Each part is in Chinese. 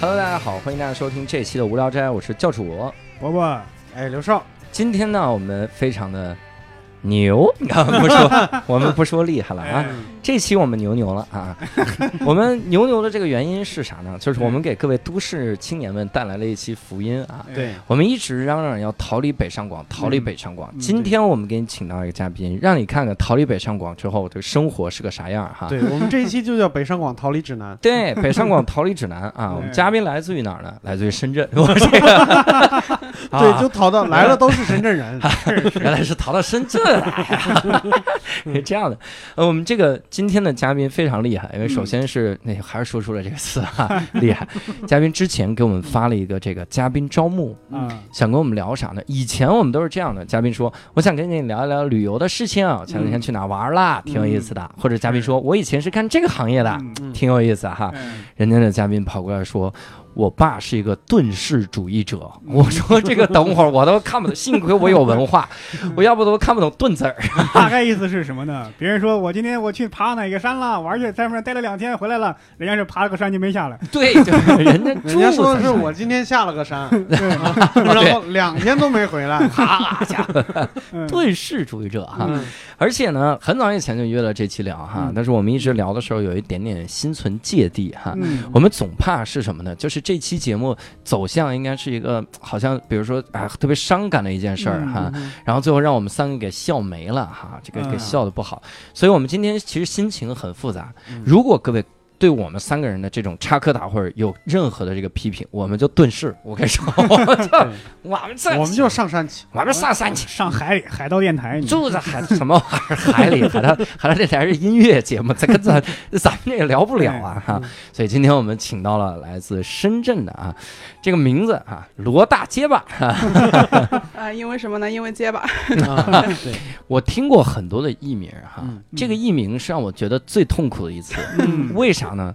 Hello，大家好，欢迎大家收听这期的《无聊斋》，我是教主。伯伯，哎，刘少，今天呢，我们非常的牛， 啊不说我们不说厉害了哎啊。嗯这期我们牛牛了啊！ 我们牛牛的这个原因是啥呢？就是我们给各位都市青年们带来了一期福音啊。对，我们一直嚷嚷要逃离北上广，逃离北上广。嗯今天我们给你请到一个嘉宾，让你看看逃离北上广之后的生活是个啥样儿哈。对我们这一期就叫《北上广逃离指南》。 对，北上广逃离指南啊，我们对嘉宾来自于哪儿呢？来自于深 圳。我这个，啊对，就逃到来了都是深圳人。 原来是逃到深圳来呀， 是这样的。呃，我们这个今天的嘉宾非常厉害，嗯因为首先是那还是说出了这个词啊， 厉害。嘉宾之前给我们发了一个这个嘉宾招募，啊，想跟我们聊啥呢？以前我们都是这样的，嘉宾说我想跟你聊一聊旅游的事情，前嗯两天去哪玩啦，挺有意思的。或者嘉宾说我以前是干这个行业的，嗯哎挺有意思哈。人家的嘉宾跑过来说。我爸是一个遁世主义者， 我说这个等会儿我都看不懂，幸亏我有文 化，我要不都看不懂“遁”字儿。大概意思是什么呢？别人说我今天我去爬哪个山了，玩去，在上面待了两天，回来了，人家是爬了个山就没下来。对，对 人家人家住说的在是山我今天下了个山，啊 对然后两天都没回 来。啪家伙嗯，遁世主义者哈。嗯而且呢，很早以前就约了这期聊哈嗯，但是我们一直聊的时候有一点点心存芥蒂哈。嗯，我们总怕是什么呢？就是这期节目走向应该是一个好像，比如说啊，特别伤感的一件事儿嗯哈，然后最后让我们三个给笑没了哈，这个给嗯笑的不好，所以我们今天其实心情很复杂嗯。如果各位。对我们三个人的这种插科打诨有任何的这个批评，我们就顿视。我跟你说，我们就我们这我们就上山去。我们上山去，上海里海盗电台，你住在海什么玩意儿海里，海到海到这才是音乐节目，这跟咱咱们这个聊不了啊哈。所以今天我们请到了来自深圳的啊，这个名字啊罗大结巴，啊，因为什么呢？因为结巴。啊对，我听过很多的艺名哈嗯，这个艺名是让我觉得最痛苦的一次。嗯为啥呢？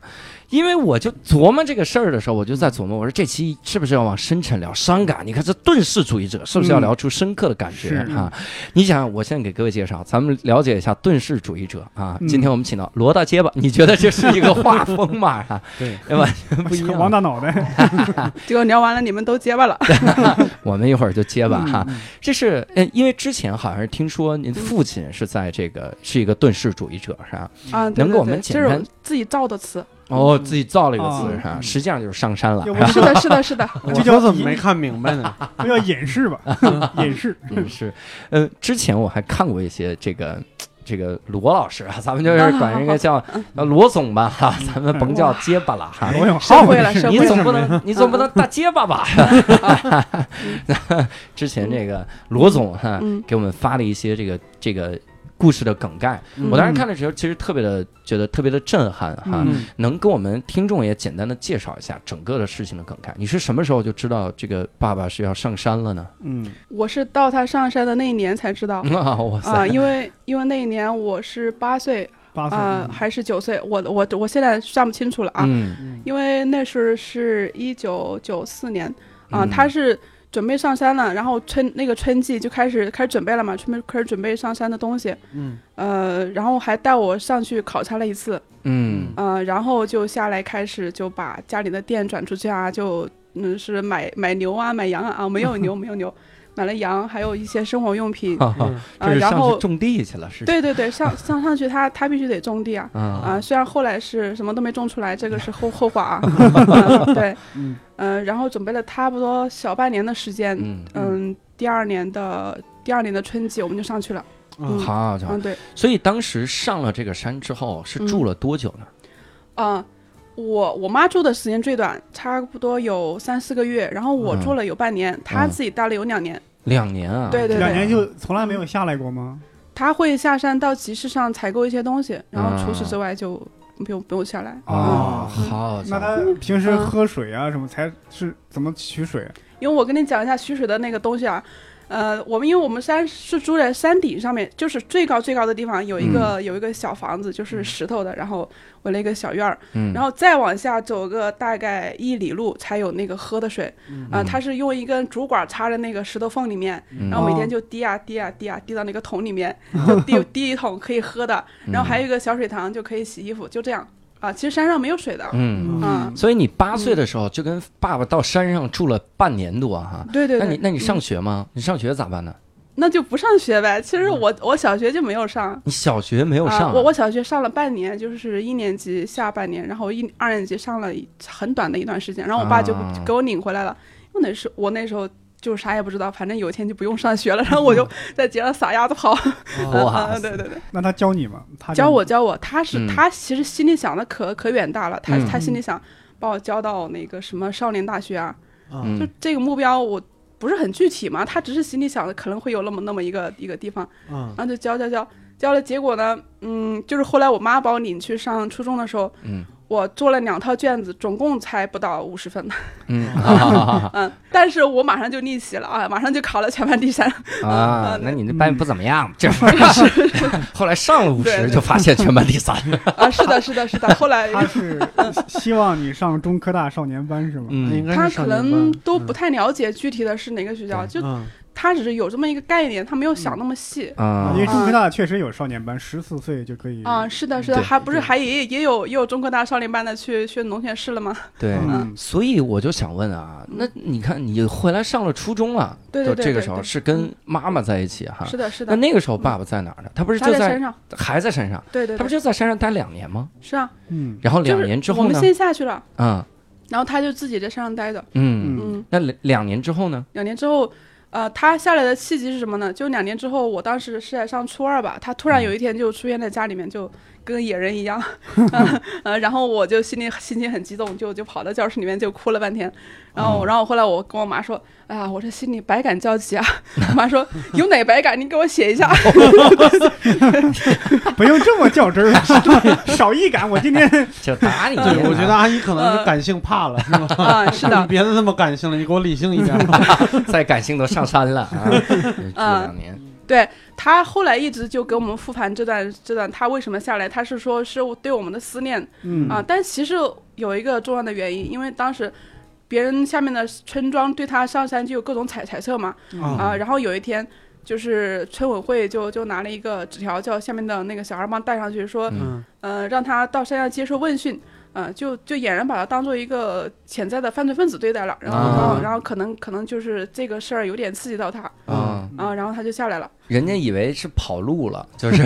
因为我就琢磨这个事儿的时候，我就在琢磨，我说这期是不是要往深沉聊伤感？你看这遁世主义者是不是要聊出深刻的感觉嗯是啊？你想想，我现在给各位介绍，咱们了解一下遁世主义者啊。嗯今天我们请到罗大结巴，你觉得这是一个画风嘛？啊，对，完全不一王样。大脑袋，结果聊完了，你们都结巴了。 我们一会儿就结巴哈嗯嗯。这是呃，因为之前好像是听说您父亲是在这个是一个遁世主义者是吧？啊，对能对给我对们这简是单我自己造的 词。哦，自己造了一个词哦是吧？实际上就是上山了。要不是的，是的，是 的。我说这叫怎么隐没看明白 呢？这叫掩饰吧？掩饰。嗯，是，呃，之前我还看过一些这个这个罗老师啊， 咱们就是管人家叫叫罗总吧哈，咱们甭叫结巴了哈。罗永学浩会了，学你会总了。不能， 你总不能大结巴吧？之前这个罗总哈嗯给我们发了一些这个这个故事的梗概，嗯我当时看的时候其实特别的觉得特别的震撼哈嗯。能跟我们听众也简单的介绍一下整个的事情的梗概？你是什么时候就知道这个爸爸是要上山了呢？嗯，我是到他上山的那一年才知道。啊， 哇啊，塞！因为因为那一年我是八岁八岁啊，还是九岁，我我我现在算不清楚了啊，嗯因为那时候是一九九四年啊，嗯他是准备上山了，然后春那个春季就开始开始准备了嘛，准备开始准备上山的东西，嗯，呃，然后还带我上去考察了一次，嗯。呃，然后就下来开始就把家里的店转出去啊，就嗯是买买牛啊，买羊啊，啊没有 牛没有牛，买了羊，还有一些生活用品，哈哈嗯， 这是啊然上去后种地去了，是对对对，上上上去他他必须得种地啊。啊，啊，虽然后来是什么都没种出来，这个是 后后话啊。 嗯对，嗯嗯、然后准备了差不多小半年的时间，嗯、嗯，啊第二年的第二年的春季我们就上去了。嗯嗯，好家伙！嗯，对，所以当时上了这个山之后是嗯住了多久呢？嗯、我我妈住的时间最短，差不多有三四个月，然后我嗯住了有半年，她嗯自己待了有两年。两年啊！对对两对，年就从来没有下来过吗？她会下山到集市上采购一些东西，然后除此啊之外就不用不用下来。啊，嗯好那家他伙！平时嗯喝水啊什么才是怎么取水？因为我跟你讲一下徐水的那个东西啊，呃，我们因为我们山是住在山顶上面，就是最高最高的地方有一嗯个、有一个小房子，就是石头的，然后围了一个小院儿，嗯，然后再往下走个大概一里路才有那个喝的水，啊、它是用一根竹管插在那个石头缝里面，嗯哦然后每天就滴啊滴啊滴啊滴到那个 嗯桶里面，就滴滴一桶可以喝的，然后还有一个小水塘就可以洗衣服，就这样。啊，其实山上没有水的，嗯，嗯所以你八岁的时候就跟爸爸到山上住了半年多哈。对对那对，你那你上嗯学吗？你上学咋办呢？那就不上学呗。其实我我小学就没有上，你小学嗯没有上啊啊？我我小学上了半年，就是一年级下半年，然后一二年级上了一很短的一段时间，然后我爸就不啊给我拧回来了，因为那时我那时候。就啥也不知道，反正有一天就不用上学了，然后我就在街上撒丫子跑。嗯哇啊， 对对对，那他教你吗？他教我教我，他是、嗯他其实心里想的可可远大了，他、嗯他心里想把我教到那个什么少年大学啊，就嗯这个目标我不是很具体嘛，他只是心里想的可能会有那么那么一个一个地方，嗯然后就教教教教了，结果呢，嗯，就是后来我妈把我领去上初中的时候， 嗯我做了两套卷子，总共才不到五十分，嗯啊嗯， 但是我马上就逆袭了啊，马上就考了全班第三， 呃啊！那嗯你那班不怎么样，这玩意儿 后来上了五对十对就发现全班第三。啊，是的，是的， 是的，后来他 是嗯希望你上中科大少年班是吗？嗯应该他是可少年班能都不太了解具体的是哪个学校，就嗯他只是有这么一个概念，他嗯没有想那么细。啊因为中科大确实有少年班，十四岁就可以啊，是的，是的，嗯对还不是还也也有也有中科大少年班的去去农学市了吗？对，嗯所以我就想问啊，那你看你回来上了初中了，对对就对，这个对时候对是跟妈妈在一起哈。是的，是啊那的，那个时候爸爸在哪儿呢？他不是他就在在山上，还在山上，对对他不对，就在山上待两年吗？是啊，嗯，然后就是两年之我后们呢？先下去了，嗯然后他就自己在山上待着，嗯，嗯嗯，那两两年之 后呢？两年之后，呃，他下来的契机是什么呢？就两年之后，我当时是在上初二吧，他突然有一天就出现在家里面，就跟野人一样，呃呃，然后我就心里心情很激动，就就跑到教室里面就哭了半天，然后、然后后来我跟我妈说，哎呀，我这心里百感交集啊，我妈说有哪百感，你给我写一下，不用这么较真儿，啊 少一感。我今天就打你对，我觉得阿姨可能是呃感性怕了，是吗？啊、是你的，别那么感性了，你给我理性一 点。再感性都上山了 啊！住两年，对他后来一直就给我们复盘这段这段他为什么下来，他是说是对我们的思念，嗯啊，但其实有一个重要的原因，因为当时别人下面的村庄对他上山就有各种猜猜测嘛，嗯啊，然后有一天就是村委会就就拿了一个纸条，叫下面的那个小孩帮带上去，说，嗯呃，让他到山上接受问讯。呃，就就俨然把他当做一个潜在的犯罪分子对待了，然后，然后啊，然后可能可能就是这个事儿有点刺激到他，啊，啊，然后他就下来了。人家以为是跑路了， 就是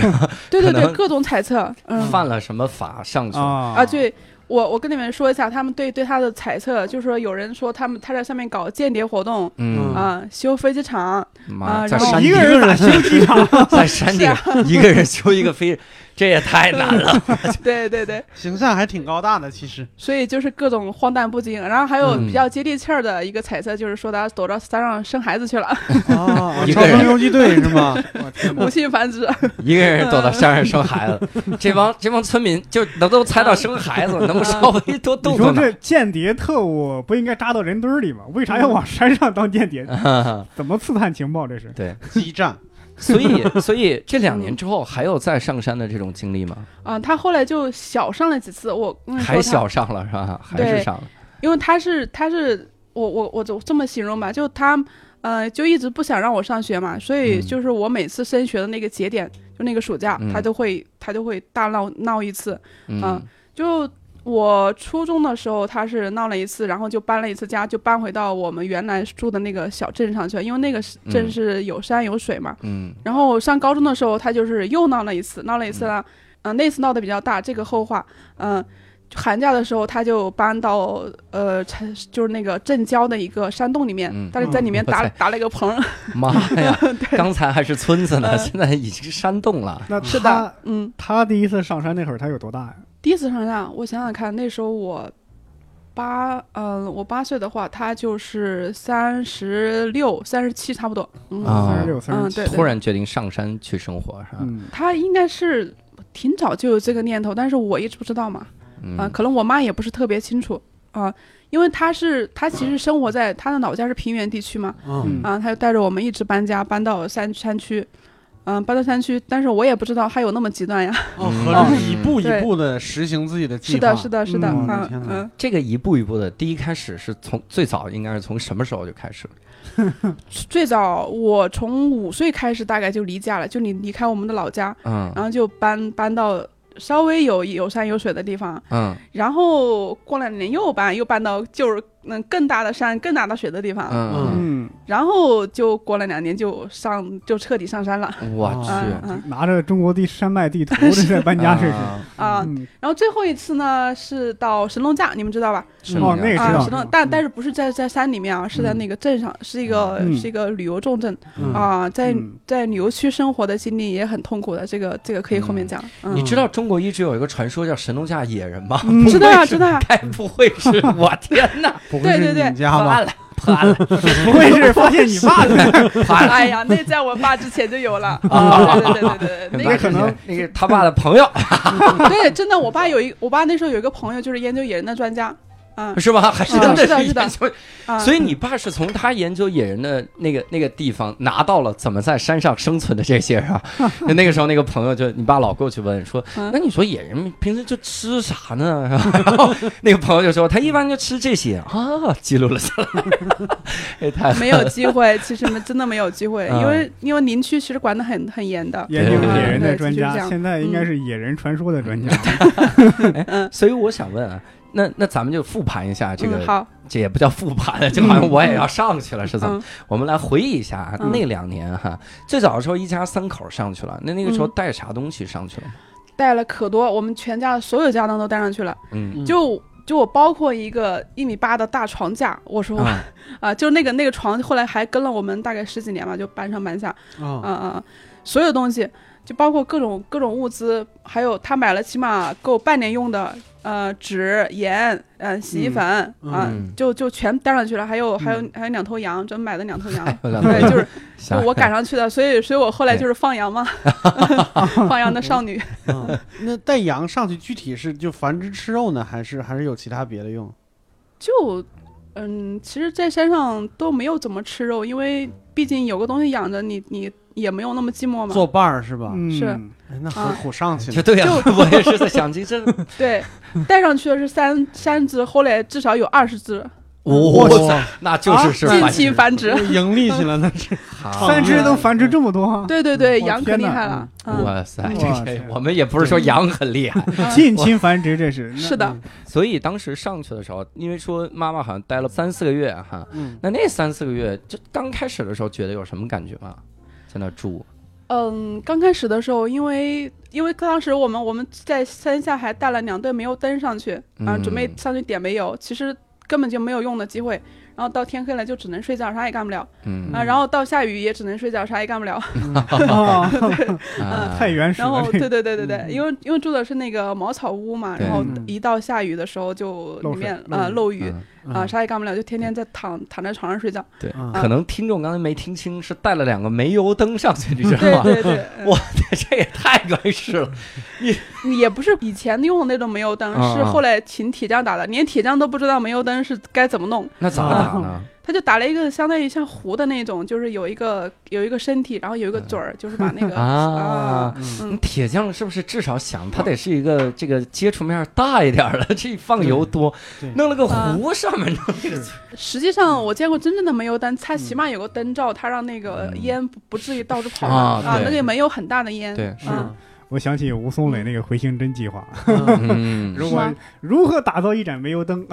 对对可对，能各种猜测，嗯，犯了什么法上去了。啊啊，，对我我跟你们说一下，他们对对他的猜测，就是说有人说他们他在上面搞间谍活动。嗯，啊、修飞机 场，妈，啊在然后山一顶个人打修机 场，在山啊顶一个人修一个飞，这也太难 了。对对对，形象还挺高大的，其实。所以就是各种荒诞不经。然后还有嗯比较接地气儿的一个猜测，就是说他躲到山上生孩子去了，啊 一超个人生游击队是吗？我天哪无性繁殖。一个人躲到山上生孩子，这帮这帮村民就能都猜到生孩子， 能不稍微多你动说动呢？这间谍特务不应该扎到人堆儿里吗？为啥要往山上当间谍？怎么刺探情报？这是对， 激战， 所以所以这两年之后还有再上山的这种经历吗？ 啊、他后来就小上了几次，我跟你说还他小上了是吧？还是嗯对上了？因为他是他是我我我就这么形容吧，就他呃就一直不想让我上学嘛，所以嗯就是我每次升学的那个节点，就那个暑假，嗯他都会他就会大闹闹一次。嗯啊就我初中的时候，他是闹了一次，然后就搬了一次家，就搬回到我们原来住的那个小镇上去了，因为那个是镇嗯是有山有水嘛。嗯然后上高中的时候，他就是又闹了一次，闹了一次呢，嗯、那次闹得比较大，这个后话，嗯、寒假的时候，他就搬到呃，城就是那个镇郊的一个山洞里面，嗯但是在里面打、哇塞打了一个棚，妈呀， 刚才还是村子嗯呢，现在已经山洞了。那是他的，嗯，他第一次上山那会儿他有多大呀？第一次上山，我想想看，那时候我八，嗯、我八岁的话，他就是三十六、三十七差不多，嗯，啊三十六、三十嗯七对，突然决定上山去生活是吧？嗯，他应该是挺早就有这个念头，但是我一直不知道嘛，啊、嗯可能我妈也不是特别清楚啊、因为他是他其实生活在他的老家是平原地区嘛，嗯啊、他就带着我们一直搬家，搬到山山区。嗯，搬到山区，但是我也不知道还有那么极端呀。哦，合着是嗯一步一对步的实行自己的计划。是的，是的，是的，嗯我的嗯天哪嗯，这个一步一步的，第一开始是从最早应该是从什么时候就开始了？最早我从五岁开始，大概就离家了，就离离开我们的老家，嗯然后就搬搬到稍微有有山有水的地方，嗯然后过两年又搬，又搬到就是嗯更大的山、更大的水的地方，嗯嗯，然后就过了两年就上就彻底上山了嗯，我去，啊啊拿着中国地山脉地图这在搬家这 是。啊啊！嗯，然后最后一次呢是到神农架，你们知道吧？是哦，那那个个啊，知神道农，，但但是不是在在山里面啊，是在那个镇上，是一个嗯是一个旅游重镇嗯啊，在嗯在旅游区生活的经历也很痛苦的，这个这个可以后面讲。嗯你知道中国一直有一个传说叫神农架野人吗？嗯知道 啊，知道啊，该不会是我天 哪！不会是对你对们对家吧完？了，完了，不会是发现 你 爸的？完了！哎呀，那在我爸之前就有了啊啊！对对对对对，那那个可能那个他爸的朋友对，真的，我爸有一，我爸那时候有一个朋友就是研究野人的专家，啊是吧？还真是的的是的研究啊，所以你爸是从他研究野人的那个那个地方拿到了怎么在山上生存的这些 啊。那那个时候那个朋友就你爸老过去问说，嗯那你说野人平时就吃 啥呢？然后那个朋友就说他一般就吃这些啊，记录了下 来。哎，太没有机会，其实没真的没有机会，啊因为因为林区其实管得很很严的，嗯研究野人的对专就是这家，样现在应该是野人传说的专家。哎，所以我想问啊，那那咱们就复盘一下这个，嗯好，这也不叫复盘了，就好像我也要上去了，是怎么？嗯我们来回忆一下啊，嗯那两年哈，最早的时候一家三口上去了，那那个时候嗯带啥东西上去了？带了可多，我们全家所有家当都带上去了，嗯，嗯就就我包括一个一米八的大床架，我说啊啊，就那个那个床后来还跟了我们大概十几年吧，就搬上搬下，啊嗯嗯，所有东西，就包括各种各种物资，还有他买了起码够半年用的，呃，纸、盐，呃，洗衣粉啊、嗯嗯就就全带上去了。还有、还有嗯还有两头羊，真买的两头羊。哎，我 两啊对，个就是就想我赶上去的，所以所以我后来就是放羊嘛， 放羊的少女。嗯啊那带羊上去具体是就繁殖吃肉呢，还是还是有其他别的用？就嗯，其实，在山上都没有怎么吃肉，因为毕竟有个东西养着你，你也没有那么寂寞嘛。做伴儿是吧？嗯是哎那啊何苦上去就呢？对呀、我也是在想，这这， 对，带上去的是三三只，后来至少有二十只， 我操，那就是是哦啊近繁期殖繁殖。盈利去了那是。好三只能繁殖这么多，对对对，我羊可天厉哪害了，嗯，哇塞，嗯这哇个塞我们也不是说羊很厉害，嗯近亲繁殖这是 那是的，所以当时上去的时候，因为说妈妈好像待了三四个月哈，嗯，那那三四个月就刚开始的时候，觉得有什么感觉吗？在那住，嗯，刚开始的时候，因为因为当时我们我们在山下还带了两队没有登上去，啊，嗯准备上去点煤油，其实根本就没有用的机会。然后到天黑了就只能睡觉，啥也干不了嗯啊。然后到下雨也只能睡觉，啥也干不了。啊，啊太原始然了后，这对对对对对，因为因为住的是那个茅草屋嘛，对然后嗯一到下雨的时候就漏里水面漏呃雨漏雨嗯啊，啥也干不了，就天天在躺躺在床上睡觉。 对，啊可能听众刚才没听清，是带了两个煤油灯上去，你知对道吗？对对，嗯我 这也太原始了，也不是以前用的那种煤油灯，啊是后来请铁匠打的，连铁匠都不知道煤油灯是该怎么弄，那咋打呢？他就打了一个相当于像壶的那种，就是有一个有一个身体，然后有一个嘴儿，就是把 那个啊啊，嗯嗯铁匠是不是至少想他得是一个这个接触面大一点儿的，这放油多对，弄了个壶上面弄一个 实际上我见过真正的煤油灯，它起码有个灯罩，它让那个嗯烟不不至于到处跑啊嘛啊，对那个也没有很大的烟，对是嗯吗，我想起吴松磊那个回形针计划，嗯嗯，如果如何打造一盏煤油灯？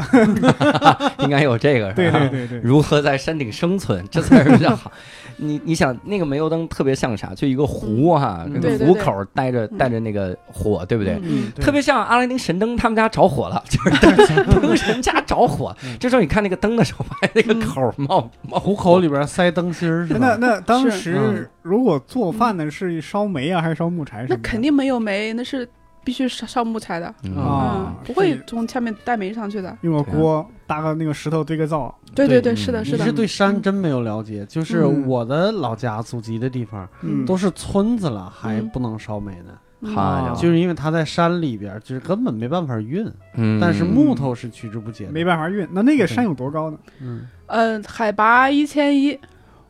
应该有这个，对是吧对对 对，如何在山顶生存，这才是比较好。 你你想，那个煤油灯特别像啥？就一个壶哈，嗯那对个对壶对口带着嗯带着那个火，对不对？嗯对特别像阿拉丁神灯他们家着火了， 就是灯灯神家着火嗯。这时候你看那个灯的时候，发现那嗯个口儿冒冒 虎口里边塞灯芯儿是那吧？那当是时嗯如果做饭呢，是烧煤啊，还是烧木柴什那么的？肯定没有煤，那是必须烧烧木柴的，啊！啊嗯，不会是从下面带煤上去的，用个锅搭个那个石头堆个灶，对对对，嗯是的，你是你的是，对山真没有了解，就是嗯我的老家祖籍的地方嗯，都是村子了，还嗯不能烧煤呢，嗯好家伙，就是因为它在山里边，就是根本没办法运，啊嗯但是木头是取之不竭的。没办法运。那那个山有 多高呢？嗯呃，海拔一千一，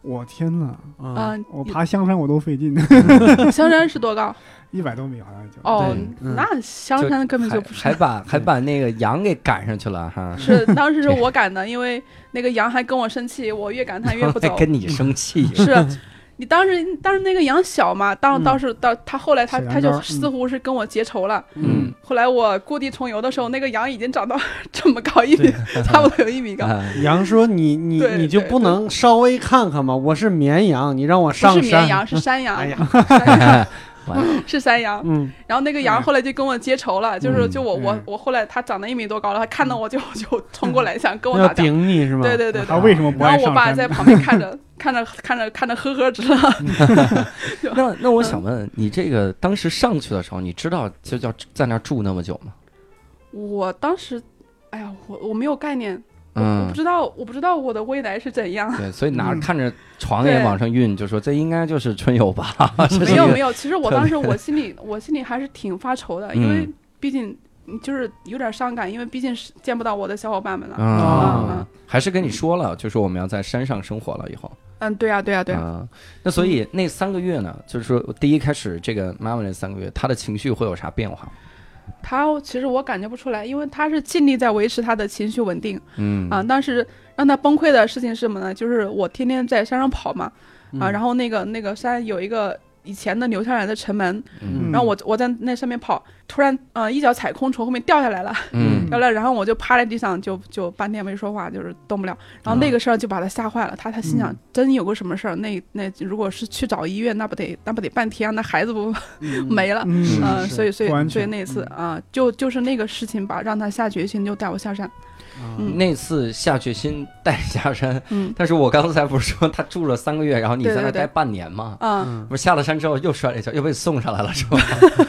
我天哪！啊，啊，我爬香山我都费 劲，呃香山是多 高？一百多米好像就。哦对，嗯那香就山根本还就不还是。 嗯把还把那个羊给赶上去了哈。是当 时是对 我赶的，因为那个羊还跟我生气，我越赶它越不走 还。跟你生气，是，啊你当时当时那个羊小嘛，当嗯当时到他后来他小羊他就羔嗯似乎是跟我结仇了。嗯后来我故地重游的时候，那个羊已经长到这么高，一米对 差不多有一米高，啊羊说你你对你就对不对能稍微看看吗？我是绵羊，你让我不 上是山。绵羊，是山羊， 哎呀，完 是山羊。嗯，然后那个哎羊后来就跟我结仇了，就是嗯就我我嗯我后来他长得一米多高了，他看到我就 就冲过来想跟我要打架，顶你是吗？对对对他对。为什么不然爱后我上爸山？ 在旁边看着看着看着看着呵呵直乐，那那我想问你，这个当时上去的时候，你知道就要在那儿住那么久吗？ 我当时，哎呀，我我没有概念，我我不嗯，知道我不知道我的未来是怎 样。对，所以哪嗯看着床也对往上运，就说这应该就是春游吧？这 没是一有个没有，其实我当时我心里我心里还是挺发愁的，因为毕竟就是有点伤感，因为毕竟是见不到我的小伙伴们了。啊啊，还是跟你说了，就说我们要在山上生活了以后。嗯，对啊对啊对啊，啊，那所以那三个月呢，就是说第一开始这个妈妈那三个月，她的情绪会有啥变化？他其实我感觉不出来，因为他是尽力在维持他的情绪稳定嗯啊。当时让他崩溃的事情是什么呢？就是我天天在山上跑嘛，嗯啊，嗯然后那个那个山有一个以前的留下来的城门，嗯然后我我在那上面跑，突然呃一脚踩空从后面掉下来了，嗯掉了，然后我就趴在地上就就半天没说话，就是动不了。然后那个事儿就把他吓坏了，他他心想啊嗯，真有个什么事儿，那那如果是去找医院，那不得那不得半天，那孩子不没了。嗯，是嗯，是所以所不安以全嗯所以那次啊，就就是那个事情吧，让他下决心就带我下山。啊嗯那次下决心带下山，嗯 但是我刚才不是说她住了三个月，然后你在那对对对待半年吗？啊，嗯不是下了山之后又摔了一跤，又被送上来了是吧？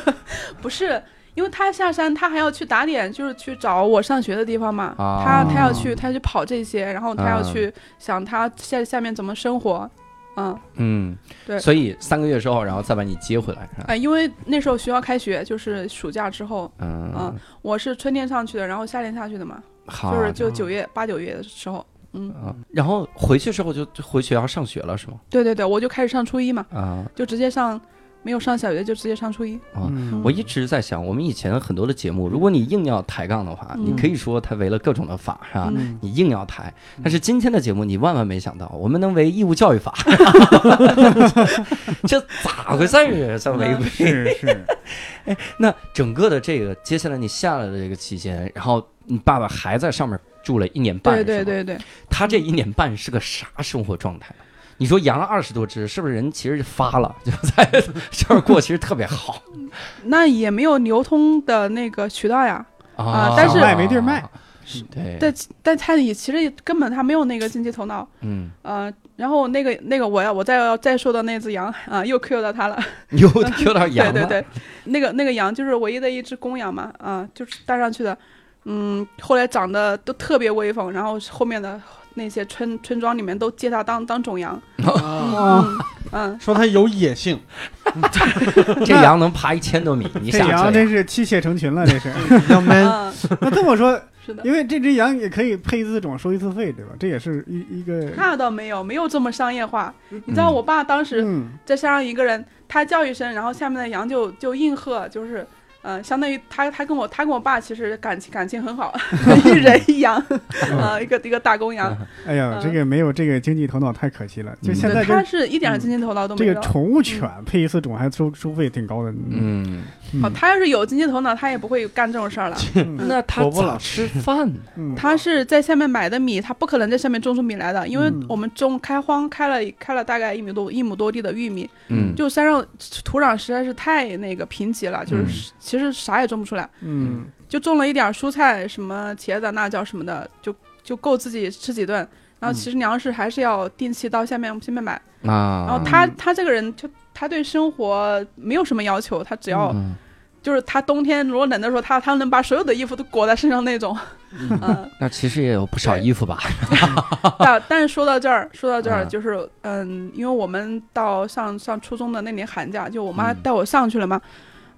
不是，因为他下山，他还要去打点，就是去找我上学的地方嘛。啊他他要去，他要去跑这些，然后他要啊去想他下下面怎么生活。嗯，嗯，对所以三个月之后，然后再把你接回来，是吧哎，因为那时候学校开学，就是暑假之后，嗯啊嗯，我是春天上去的，然后夏天下去的嘛，好就是就这样九月八九月的时候，嗯，啊，然后回去之后就就回学校上学了是吗？对对对，我就开始上初一嘛，啊，就直接上，没有上小学就直接上初一，啊嗯我一直在想，我们以前很多的节目，如果你硬要抬杠的话，嗯你可以说他违了各种的法，是吧？嗯你硬要抬，但是今天的节目你万万没想到，我们能违义务教 育法，这咋回事儿啊？这违嗯规？是 是，那整个的这个接下来你下来的这个期间，然后你爸爸还在上面住了一年半，对对是吗，对对，他这一年半是个啥生活状态？你说养了二十多只，是不是人其实发了，就在这儿过，其实特别好那也没有流通的那个渠道呀，啊啊但是卖没地儿卖，对，但但他也其实也根本他没有那个经济头脑，嗯，呃，然后那个那个我要我再要再说到那只羊 啊、又 Q 到 他了，有有点 对羊对了，对，那个那个羊就是唯一的一只公羊嘛，啊、就是带上去的，嗯，后来长得都特别威风，然后后面的那些村村庄里面都接它当当种羊，啊，嗯，说他有野性，这羊能爬一千多米，你这想羊这真是妻妾成群了， 这是。 要 man。嗯，那这么说，是的，因为这只羊也可以配资种收一次费，对吧？这也是一一个，那倒没有，没有这么商业化。你知道嗯我爸当时嗯，在山上一个人，他叫一声，然后下面的羊就就应和，就是。嗯，相当于他，他跟我，他跟我爸其实感情感情很好， 一人一羊， 啊、一个一个大公羊，哎呀，嗯这个没有这个经济头脑太可惜了。就嗯现在对，这他是一点儿经济头脑都这没有。嗯个宠物犬配一次种还收收费挺高的，嗯，哦，嗯他要是有经济头脑，他也不会干这种事儿了。 嗯那他伯伯咋老吃饭呢？嗯，他是在下面买的米，他不可能在上面种出米来的，因为嗯我们种开荒开了开了大概一米多一亩多地的玉米，嗯，就山上土壤实在是太那个贫瘠了，就是嗯其实啥也种不出来，嗯就种了一点蔬菜，什么茄子、啊辣椒什么的，就就够自己吃几顿。然后嗯其实粮食还是要定期到下面下面买。啊，然后他嗯他这个人就他对生活没有什么要求，他只要嗯就是他冬天如果冷的时候，他他能把所有的衣服都裹在身上那种， 嗯，那其实也有不少衣服吧？但但是说到这儿，说到这儿嗯就是，嗯，因为我们到上上初中的那年寒假，就我妈嗯带我上去了嘛，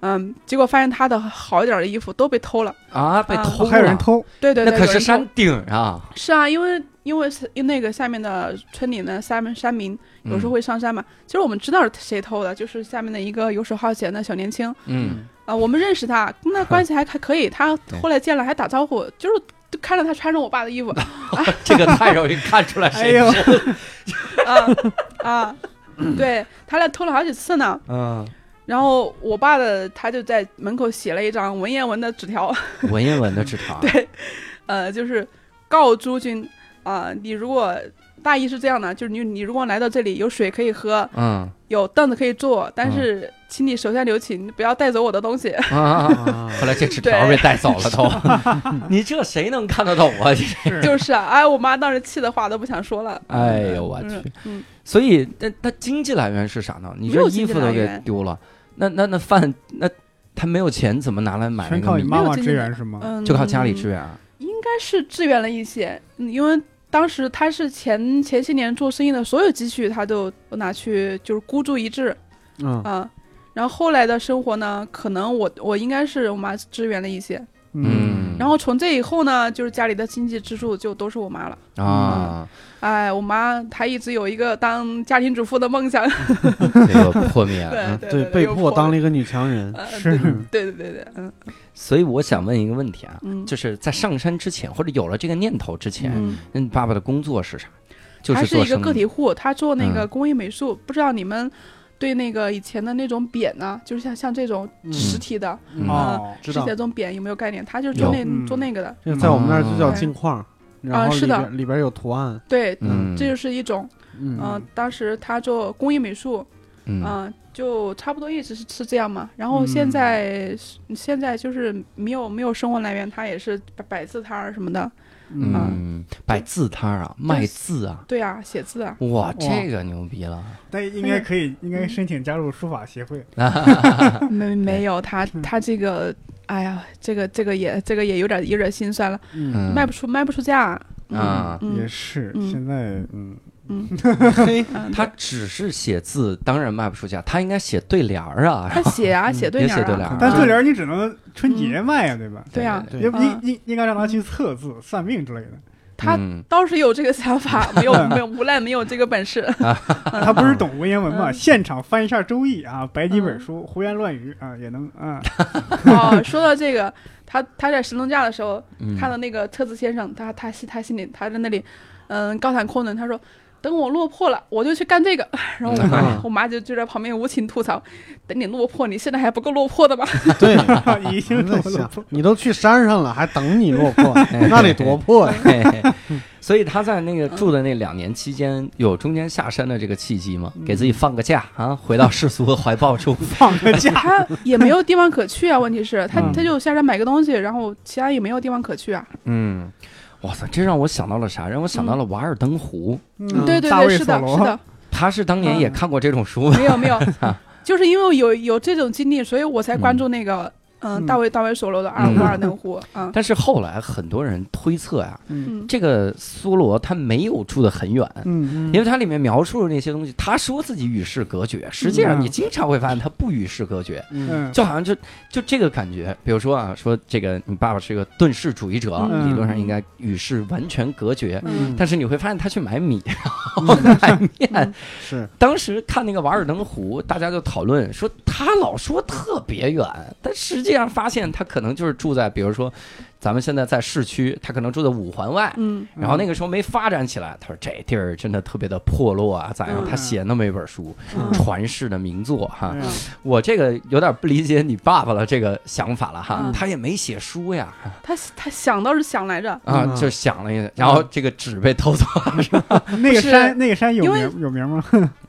嗯，结果发现她的好一点的衣服都被偷了，啊，被啊偷了，哦还有人偷，对对那对，可有是人山偷顶啊，是啊，因为因为是那个下面的村里呢，山山民嗯有时候会上山嘛，其实我们知道是谁偷的，就是下面的一个游手好闲的小年轻，嗯，啊，我们认识他，那关系还还可以。他对后来见了还打招呼，就是就看着他穿着我爸的衣服，嗯，这个太容易看出来哎谁呦，啊啊，对他俩偷了好几次呢。嗯，然后我爸的他就在门口写了一张文言文的纸条，文言文的纸条啊，对，呃，就是告诸君啊、你如果大意是这样的，就是你你如果来到这里，有水可以喝，嗯有凳子可以坐，但是请你手下留情，不要带走我的 东西。 啊啊啊！啊后来这纸条被带走了都，你这谁能看得懂啊？你是就是啊，哎，我妈当时气的话都不想说了。哎呦我嗯去！嗯，所以，那它经济来源是啥呢？你没这有衣经济服都来给源丢了，那那那饭，那他没有钱怎么拿来买那全个靠你米？妈妈支援是吗？嗯就靠家里支援啊？应该是支援了一些，嗯因为当时他是前前些年做生意的所有积蓄，他都拿去就是孤注一掷嗯啊、然后后来的生活呢，可能我我应该是我妈支援了一些，嗯，然后从这以后呢，就是家里的经济支柱就都是我妈了。啊，哎，我妈她一直有一个当家庭主妇的梦哎想，嗯这个破 灭对、啊！对对，被迫当了了，一个女强人。呃是对对对对，嗯所以我想问一个问题啊，嗯，就是在上山之前，或者有了这个念头之前，嗯那你爸爸的工作是啥？就他是做一个生个意体户，他做那个嗯工艺美术，不知道你们对那个以前的那种匾呢、就是像像这种嗯实体的、嗯哦， 知实体道的这种匾有没有概念？他就是做有那、嗯做那个的，这个在我们那儿就叫哦镜框，然后啊是里的边里边有图案。对，嗯，这就是一种。嗯嗯、当时他做工艺美术，嗯嗯、就差不多一直是是这样嘛。然后现嗯在、现在就是没有没有生活来源，他也是摆摆字摊儿什么的。啊嗯，摆字摊儿啊，卖字啊，对啊，写字啊，哇，这个牛逼了！但应该可以，应该申请加入书法协会。没没有他嗯他这个，哎呀，这个这个也这个也有点有点心酸了，嗯卖不出卖不出价、啊，嗯也是，嗯现在嗯，嘿，嗯，他只是写字，当然卖不出价，他应该写对联儿啊，他写啊，写对也联写儿对啊联儿但啊对联儿你只能春节卖呀，对吧？ 对啊，对要不应嗯应应该让他去测字、算命之类的。他嗯倒是有这个想法， 没有没有，无赖没有这个本事。他不是懂文言文嘛？嗯现场翻一下《周易》啊，摆几本书，胡言乱语啊，也能啊。哦，说到这个，他他在神农架的时候嗯看到那个车子先生，他他心他心里他在那里，嗯，高谈阔论，他说。等我落魄了，我就去干这个。然后我妈嗯，我妈就就在旁边无情吐槽：“等你落魄，你现在还不够落魄的吧对， 已经真懂在了想，，你都去山上了，还等你落魄，哎那得多 破呀！ 嘿嘿所以他在那个住的那两年期间，有中间下山的这个契机吗？嗯给自己放个假啊，回到世俗的怀抱中。放个？” 假，他也没有地方可去啊。问题是，他嗯他就下山买个东西，然后其他也没有地方可去啊。嗯，哇塞，这让我想到了啥？让我想到了《瓦尔登湖》嗯对对大卫对，是的，索是罗的。他是当年也看过这种书 吧？没有没有，就是因为有有这种经历，所以我才关注那个嗯、嗯大卫大卫索罗的《阿尔嗯瓦尔登湖》啊。但是后来很多人推测呀、嗯嗯，这个梭罗他没有住得很远，嗯因为它里面描述的那些东西，他说自己与世隔绝，实际上你经常会发现他不与世隔绝，嗯嗯，就好像就就这个感觉。比如说啊，说这个你爸爸是个遁世主义者啊，嗯理论上应该与世完全隔绝。嗯但是你会发现他去买米，然后买面嗯。是当时看那个《瓦尔登湖》，大家就讨论说他老说特别远，但实际上发现他可能就是住在，比如说咱们现在在市区，他可能住在五环外，嗯然后那个时候没发展起来，他说这地儿真的特别的破落啊，咋样？嗯他写那么一本书，嗯传世的名作哈。嗯我这个有点不理解你爸爸的这个想法了哈，嗯他也没写书呀他他想倒是想来着，啊，嗯就想了一下，然后这个纸被偷走了是吧？那个是山，那个山有因为名有名吗？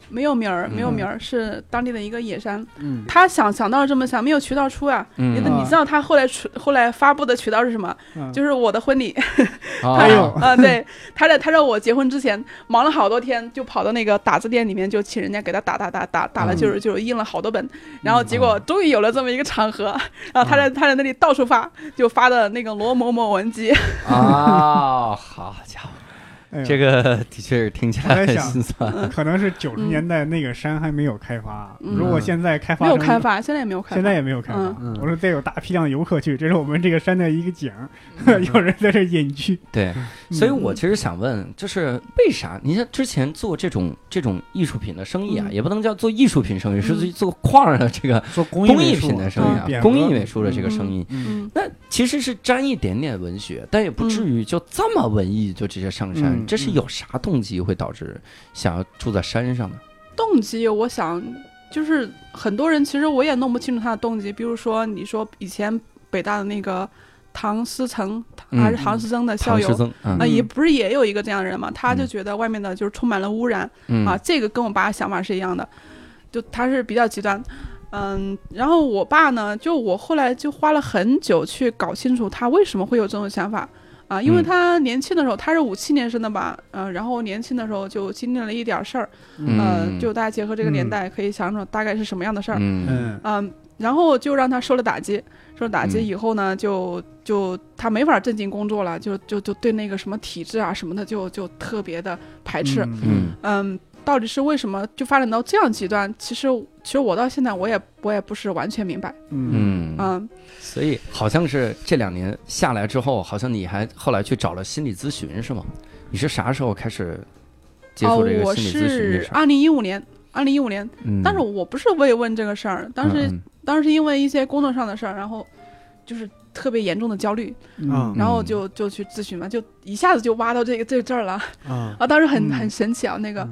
没有名儿，没有嗯名儿，是当地的一个野山。嗯他想想到了这么想，没有渠道出啊。你嗯，你知道他后来出后来发布的渠道是什么？嗯就是我的婚礼。哎哎呦，啊，对，他在他在我结婚之前忙了好多天，就跑到那个打字店里面，就请人家给他打打打打打了，就是就是印了好多本，然后结果终于有了这么一个场合，然后他在他在那里到处发，就发的那个罗某某文集，啊，好家伙！哎呦这个 的确是听起来我在很想心酸。 可能是九十年代那个山还没有开发，啊嗯如果现在开发没有成开，发，现在也没有开发，现在也没有开发。嗯我说得有大批量游客去，这是我们这个山的一个景儿，嗯 有人在这隐居。对，嗯所以我其实想问，就是为啥？你像之前做这种这种艺术品的生意啊，嗯也不能叫做艺术品生意，是嗯做矿儿的这个做工工艺艺美术品的生意啊，嗯工艺美术的这个生意，嗯嗯，那其实是沾一点点文学，但也不至于就这么文艺就直接上山。嗯这是有啥动机会导致想要住在山上呢？动机，我想就是很多人其实我也弄不清楚他的动机。比如说，你说以前北大的那个唐思成嗯还是唐思增的校唐友诗。增，嗯啊，嗯也不是也有一个这样的人嘛，他就嗯觉得外面的就是充满了污染、嗯啊，这个跟我爸想法是一样的，就他是比较极端，嗯，然后我爸呢，就我后来就花了很久去搞清楚他为什么会有这种想法啊，因为嗯他年轻的时候他是五七年生的吧，嗯、然后年轻的时候就经历了一点儿事儿，嗯呃，就大家结合这个年嗯代可以想想大概是什么样的事儿，嗯嗯嗯，然后就让他受了打击，受了打击嗯以后呢，就就他没法正经工作了，就就就对那个什么体制啊什么的就就特别的排斥。嗯嗯到底是为什么就发展到这样极端？其实其实我到现在我也我也不是完全明白。嗯嗯嗯，所以好像是这两年下来之后，好像你还后来去找了心理咨询是吗？你是啥时候开始接哦触这，个我心理咨询这是事儿？二零一五年，二零一五年，嗯但是我不是慰问这个事儿，当时、嗯当时因为一些工作上的事儿，然后就是特别严重的焦虑，嗯然后嗯就就去咨询嘛，就一下子就挖到这个这这儿了。啊，啊，当时很嗯很神奇啊，那个，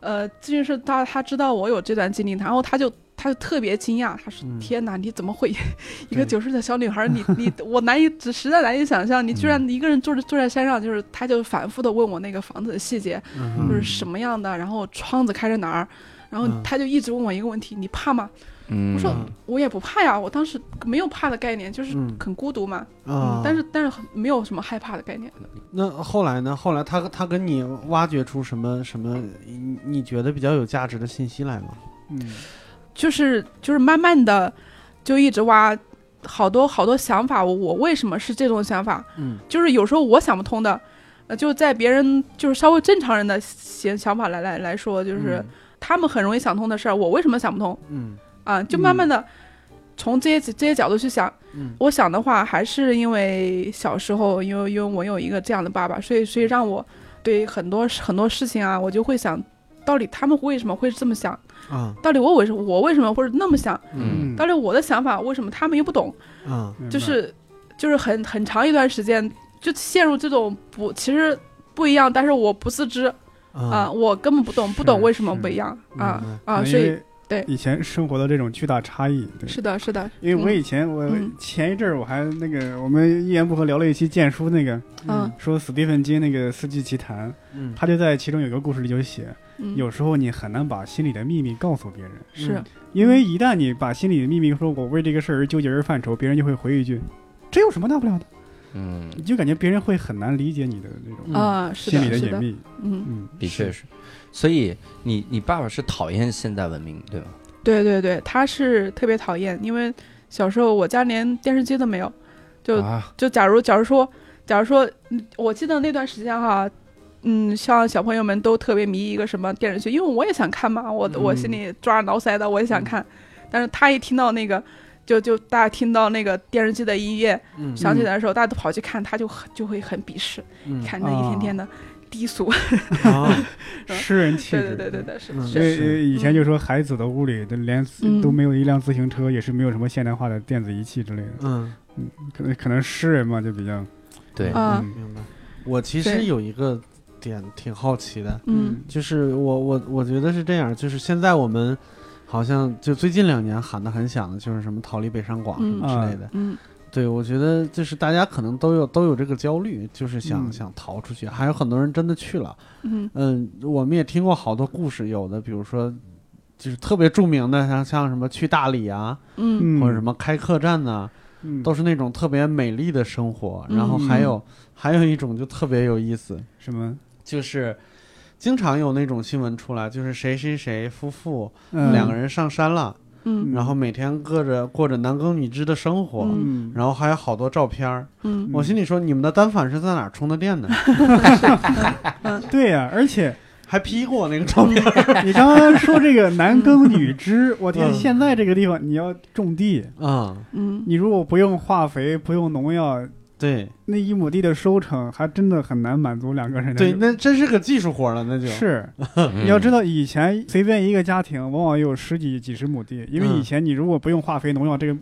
呃，咨询师他他知道我有这段经历，然后他就他就特别惊讶，他说嗯：“天哪，你怎么 会一个对九岁的小女孩儿， 你你我难以只实在难以想象，你嗯居然一个人坐着坐在山上，就是他就反复的问我那个房子的细节，就嗯是什么样的，然后窗子开在哪儿。”然后嗯他就一直问我一个问题：“你怕吗？”嗯我说嗯：“我也不怕呀，我当时没有怕的概念，就是嗯很孤独嘛。嗯啊，但是但是很没有什么害怕的概念。那后来呢？后来他他跟你挖掘出什么什么你你觉得比较有价值的信息来吗？嗯就是就是慢慢的就一直挖好多好多想法，我我为什么是这种想法？嗯就是有时候我想不通的，呃，就在别人就是稍微正常人的想想法来来来说，就是他们很容易想通的事儿，我为什么想不通嗯啊？就慢慢的从这些这些角度去想，嗯我想的话还是因为小时候，因为因为我有一个这样的爸爸，所以所以让我对很多很多事情啊，我就会想。到底他们为什么会这么想？啊到底我为什么我为什么会那么想？嗯嗯当然，我的想法为什么他们又不懂？啊明白就是就是很很长一段时间就陷入这种不其实不一样，但是我不自知啊、啊我根本不懂，是不懂为什么不一样是啊明啊，因所以为对以前生活的这种巨大差异，对，是的，是的，因为我嗯以前我嗯前一阵儿我还那个我们一言不合聊了一期剑书那个嗯说史蒂芬金那个《四季奇谭》，嗯他就在其中有个故事里就写，嗯有时候你很难把心里的秘密告诉别人，是因为一旦你把心里的秘密说我为这个事儿而纠结而犯愁，别人就会回一句这有什么大不了的，嗯，你就感觉别人会很难理解你的那种嗯啊，是心里的，的是隐的，秘，嗯，嗯，的确是。所以你你爸爸是讨厌现代文明对吧？对对对，他是特别讨厌，因为小时候我家连电视机都没有，就啊，就假如假如说假如说，嗯我记得那段时间哈、嗯，像小朋友们都特别迷一个什么电视剧，因为我也想看嘛，我我心里抓耳挠腮的，我也想看。但是他一听到那个，就就大家听到那个电视剧的音乐嗯响起来的时候，大家都跑去看，他就很就会很鄙视，嗯看那一天天的低俗。啊诗人气对 质，嗯对对对对，哦是嗯所是。以以前就说海子的屋里都连嗯都没有一辆自行车，也是没有什么现代化的电子仪器之类的。嗯可能可能诗人嘛，就比较对，啊嗯明白。我其实对有一个点挺好奇的，嗯就是我我我觉得是这样，就是现在我们好像就最近两年喊得很响的就是什么逃离北上广什么之类的，嗯对，我觉得就是大家可能都有都有这个焦虑，就是想、嗯想逃出去，还有很多人真的去了。嗯嗯，我们也听过好多故事，有的比如说就是特别著名的，像像什么去大理啊，嗯或者什么么开客栈呐、嗯都是那种特别美丽的生活。嗯然后还有、还有一种就特别有意思，什么就是。经常有那种新闻出来，就是谁谁谁夫妇、嗯两个人上山了，嗯然后每天过着过着男耕女织的生活，嗯嗯然后还有好多照片儿，嗯我心里说，你们的单反是在哪儿充的电 呢？对呀、而且还 P 过我那个照嗯 片。你刚刚说这个男耕女织，我天，嗯现在这个地方你要种地，啊，嗯你如果不用化肥不用农药，对那一亩地的收成还真的很难满足两个人的。对，那真是个技术活了，那就。是，嗯你要知道，以前随便一个家庭往往有十几几十亩地，因为嗯以前你如果不用化肥、农药，这个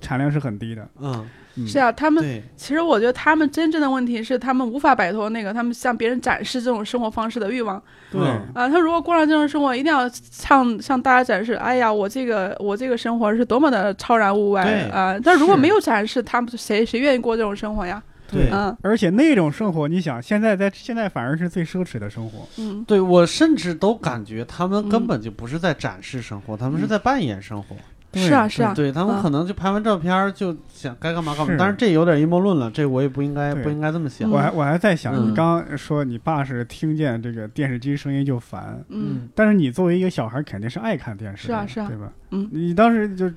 产量是很低的。嗯，嗯是啊，他们对，其实我觉得他们真正的问题是，他们无法摆脱那个他们向别人展示这种生活方式的欲望对嗯啊。他如果过上这种生活，一定要向向大家展示，哎呀，我这个我这个生活是多么的超然物外对啊。但如果是没有展示，他们谁谁愿意过这种生活呀？对嗯而且那种生活，你想现在在现在反而是最奢侈的生活。嗯，对我甚至都感觉他们嗯根本就不是在展示生活，他们是嗯在扮演生活。对是啊是啊，对他们嗯可能就拍完照片儿就想该干嘛干嘛是，但是这有点阴谋论了，这我也不应该对不应该这么想嗯。我还我还在想，嗯你刚刚说你爸是听见这个电视机声音就烦，嗯，但是你作为一个小孩，肯定是爱看电视的，是啊是啊对吧？嗯你当时就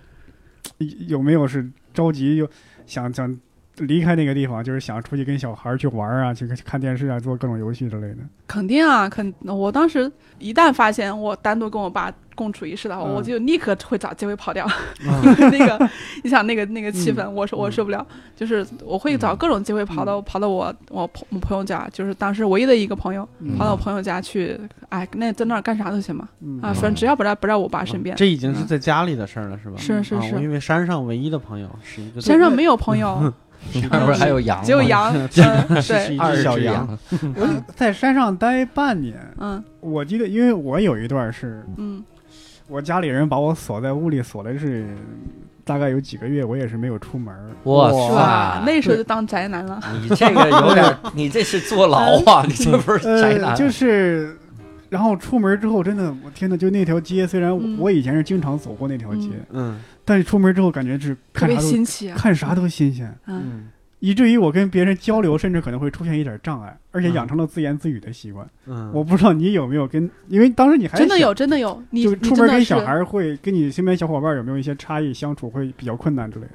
有没有是着急又想想离开那个地方，就是想出去跟小孩去玩啊，去看电视啊，做各种游戏之类的？肯定啊，肯我当时一旦发现我单独跟我爸共处一室的话，嗯我就立刻会找机会跑掉。嗯因 为那个，你想那个那个气氛，我受我嗯受不了。就是我会找各种机会跑到嗯跑到我我朋我朋友家，就是当时唯一的一个朋友，嗯跑到我朋友家去，哎，那在那儿干啥都行嘛，嗯哦啊，反正只要不在不在我爸身边，啊这已经是在家里的事儿了，是吧？嗯是是啊我是，因为山上唯一的朋友是一个山上没有朋友， 那不是还有羊吗？只有哦羊，是嗯， 是是对一，二只十小只羊，，我在山上待半年，嗯我记得，因为我有一段是嗯我家里人把我锁在屋里锁了是大概有几个月，我也是没有出门儿。哇是吧？塞！那时候就当宅男了， 你这个有点，你这是坐牢 啊！你这不 是宅呃，男？啊就是，然后出门之后，真的，我天呐，就那条街，虽然我,、嗯我以前是经常走过那条街，嗯但是出门之后感觉是特看别啥都新奇啊，看啥都新鲜，嗯。嗯以至于我跟别人交流甚至可能会出现一点障碍，而且嗯养成了自言自语的习惯。嗯，我不知道你有没有跟，因为当时嗯你还真的小有，真的有，你就是你出真门的跟是小孩儿会跟你身边小伙伴有没有一些差异，相处会比较困难之类的。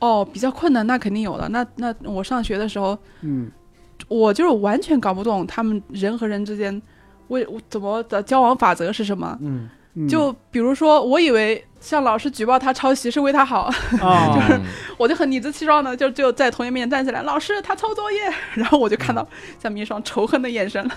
哦，比较困难，那肯定有的。那那我上学的时候，嗯，我就是完全搞不懂他们人和人之间为怎么的交往法则是什么。嗯嗯就比如说，我以为向老师举报他抄袭是为他好， 啊，嗯我就很理直气壮的就就在同学面前站起来，老师他抄作业， 然后我就看到下面一双仇恨的眼神了，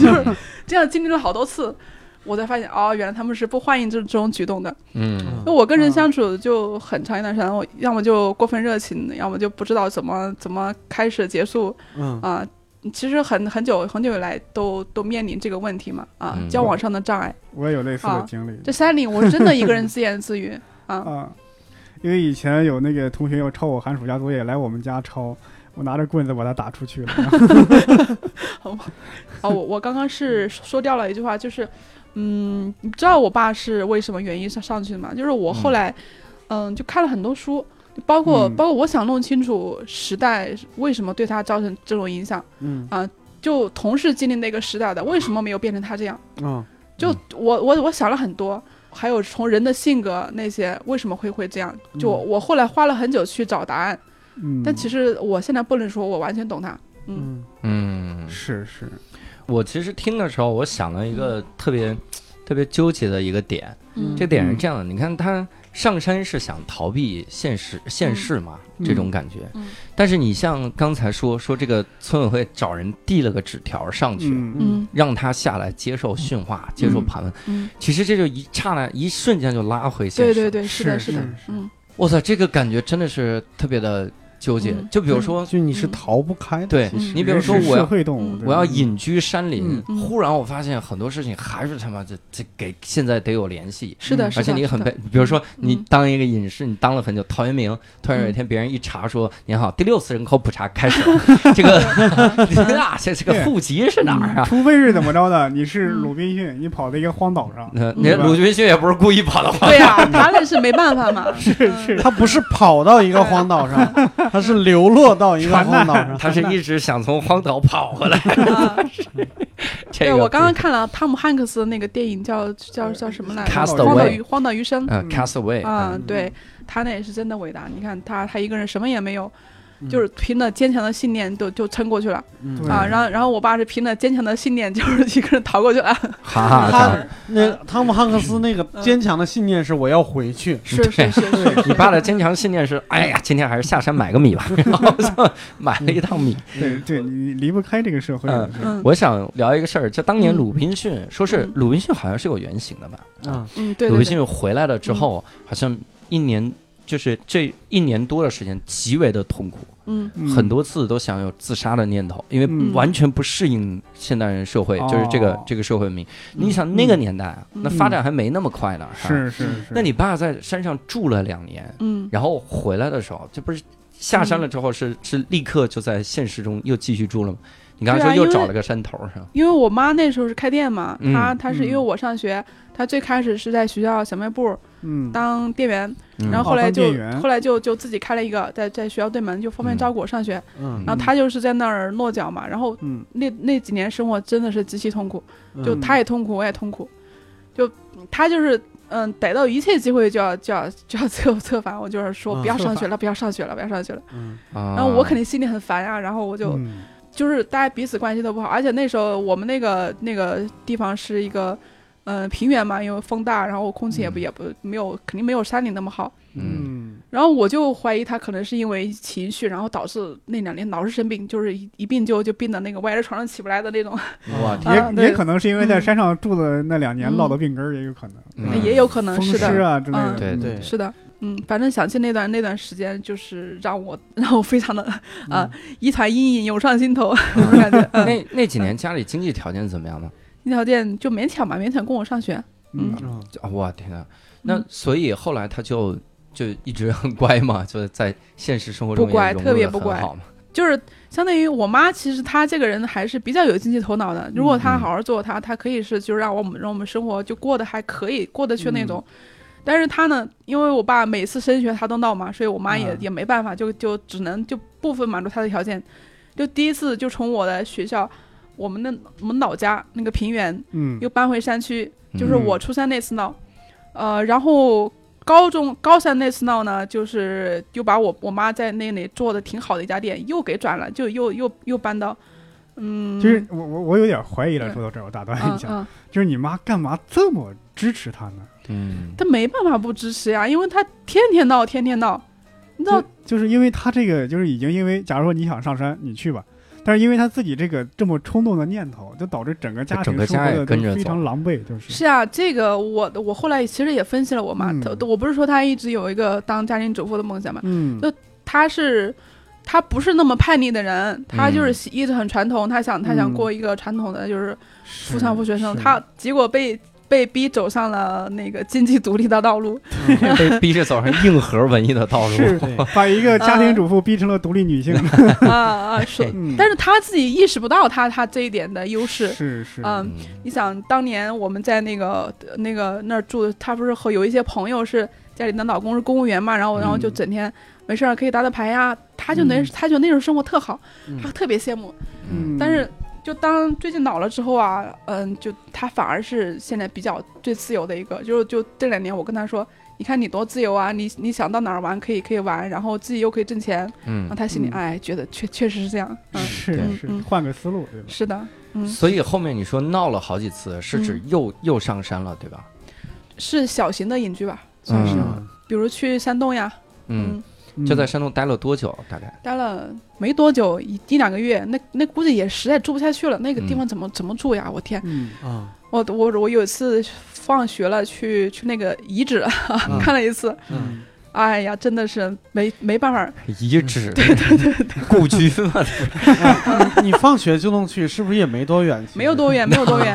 就是这样经历了好多次。我才发现哦，原来他们是不欢迎这这种举动的。嗯那我跟人啊相处就很长一段时间，我要么就过分热情，要么就不知道怎么怎么开始结束，嗯啊，其实很很久很久以来都都面临这个问题嘛啊，嗯交往上的障碍。我也有类似的经历这山里我是真的一个人自言自语啊，啊，因为以前有那个同学要抄我寒暑假作业，来我们家抄，我拿着棍子把他打出去了。 哦，我我刚刚是说掉了一句话，就是，嗯，你知道我爸是为什么原因上上去的吗？就是我后来，嗯就看了很多书。包括嗯包括我想弄清楚时代为什么对他造成这种影响，啊嗯就同是经历那个时代的，为什么没有变成他这样？嗯就我我我想了很多，还有从人的性格那些为什么会会这样，就我,、我后来花了很久去找答案，嗯，但其实我现在不能说我完全懂他，嗯嗯嗯，是是，我其实听的时候，我想到一个特别特别纠结的一个点，嗯这点是这样的，你看他上山是想逃避现实现世嘛，嗯这种感觉。嗯但是你像刚才说说这个村委会找人递了个纸条上去，嗯嗯让他下来接受训话、接受盘问，嗯，其实这就一刹那、一瞬间就拉回现对实。对对，是的是是的，是嗯我操，这个感觉真的是特别的纠结。嗯就比如说，就你是逃不开的，对其实你比如说人是我社要会动物，对我要吧，隐居山林，嗯忽然我发现很多事情还是他妈这这给现在得有联系。是的，嗯是的而且你很是被的，比如说你嗯当一个隐士，你当了很久，陶渊明，突然有一天别人一查说，您好，第六次人口普查开始了， 这个 啊，这这个户籍是哪儿啊？除非是怎么着的，你是嗯鲁滨逊，你跑到一个荒岛上，那呃那鲁滨逊也不是故意跑 到黄对呀、 他那是没办法嘛，是嗯 是，他不是跑到一个荒岛上， 他是流落到一个荒岛上。他是一直想从荒岛跑回来。啊这对，个我刚刚看了汤姆汉克斯的那个电影叫叫叫什么来着？ Castaway 荒岛余荒岛余生呃嗯 Castaway 啊啊，，对他那也是真的伟大。你看他他一个人什么也没有，嗯就是凭着坚强的信念就就撑过去了。嗯对啊，然后然后我爸是凭着坚强的信念，就是一个人逃过去 了。哈哈，他咱那 汤姆汉克斯那个嗯坚强的信念是我要回去，是是是是，啊你爸的坚强信念是，哎呀，今天还是下山买个米吧，然后就买了一趟米。对对，你离不开这个社会的嗯是嗯我想聊一个事儿，就当年嗯鲁滨逊，说是嗯鲁滨逊好像是有原型的吧？嗯嗯，对鲁对滨对，逊回来了之后，好像一年就是这一年多的时间极为的痛苦，嗯嗯很多次都想有自杀的念头，因为嗯完全不适应现代人社会，哦就是这个这个社会文明。你想那个年代啊，嗯那发展还没那么快呢，吧嗯是是是，那你爸在山上住了两年，嗯然后回来的时候，这不是下山了之后是、是立刻就在现实中又继续住了吗？你刚对才说啊又因为找了个山头是吧？因为我妈那时候是开店嘛，嗯她她是嗯因为我上学，她最开始是在学校小卖部嗯当店员，嗯然后后哦来当就店员后来就就自己开了一个在在学校对门，就方便嗯照顾我上学。嗯然后她就是在那儿落脚嘛，然后嗯那那几年生活真的是极其痛苦，嗯就嗯她也痛苦，我也痛苦，就她就是。嗯，逮到一切机会就要就要就要策 策反，我就是说嗯不要策上反学了，不要上学了，不要上学了。嗯然然啊后我肯定心里很烦呀、然后我就嗯就是大家彼此关系都不好，而且那时候我们那个那个地方是一个，呃，平原嘛，因为风大，然后空气也不、嗯也不没有，肯定没有山里那么好。嗯嗯然后我就怀疑他可能是因为情绪，然后导致那两年老是生病，就是一一病就就病的那个歪着床上起不来的那种，嗯嗯哇啊嗯也对也可能是因为在嗯山上住的那两年嗯哎落的病根儿，也有可能，嗯 也有可能风是湿的，啊之类的嗯，对嗯对是的。嗯，反正想起那段那段时间，就是让我让我非常的嗯啊、一团阴影涌上心 头，那种感觉。嗯，那那几年家里经济条件怎么样呢？那条件就勉强吧，勉强供我上学。嗯嗯就啊我天啊！那所以后来他就就一直很乖嘛，就是在现实生活中不乖也融入特别得不很乖好嘛。就是相当于我妈，其实她这个人还是比较有经济头脑的。如果嗯她好好做她，她可以是就让我们让我们生活就过得还可以，过得去嗯那种。但是她呢，因为我爸每次升学她都闹嘛，所以我妈也、嗯也没办法，就就只能就部分满足她的条件。就第一次就从我的学校，我们的我们老家那个平原嗯又搬回山区，就是嗯我初三那次闹，呃，然后高中高三那次闹呢，就是又把我我妈在那里做的挺好的一家店又给转了，就又又又搬到，嗯，其实我哎我我有点怀疑了，对说到这儿我打断嗯一下，嗯，就是你妈干嘛这么支持他呢？嗯，她没办法不支持呀，因为她天天闹，天天闹，你知道就，就是因为他这个就是已经因为，假如说你想上山，你去吧。但是因为他自己这个这么冲动的念头，就导致整个家整庭个生家也活的跟都着非走常狼狈，就是是啊，这个我我后来其实也分析了我妈，嗯她我不是说她一直有一个当家庭主妇的梦想嘛，嗯就她是。她不是那么叛逆的人，她就是一直很传统，她想她想嗯过一个传统的，就是妇妇产妇学生，他结果被被逼走上了那个经济独立的道路。被逼着走上硬核文艺的道路。是对把嗯一个家庭主妇逼成了独 立女性，啊啊， 是，嗯但是他自己意识不到他他这一点的优势。是是嗯，你想当年我们在那个那个那儿住，他不是和有一些朋友是家里的老公是公务员嘛，然后然后就整天没事儿可以打打牌呀，他就能嗯他就那种生活特好嗯，他特别羡慕。嗯嗯但是就当最近老了之后啊，嗯，就他反而是现在比较最自由的一个，就是就这两年我跟他说，你看你多自由啊，你你想到哪儿玩可以可以玩，然后自己又可以挣钱，然后嗯，他心里嗯哎觉得确确实是这样，嗯，是对是嗯换个思路对吧？是的，嗯，所以后面你说闹了好几次，是指又又上山了，对吧？是小型的隐居吧，算是，嗯比如去山东呀，嗯，嗯，嗯就在山东待了多久？大概待了没多久一一两个月，那那估计也实在住不下去了，那个地嗯方怎么怎么住呀？我天，嗯啊我我我有一次放学了去去那个遗址 嗯看了一次。嗯哎呀，真的是没没办法儿，遗址，对对对，故居嘛，你放学就能去，是不是也没多远？没有多远，没有多远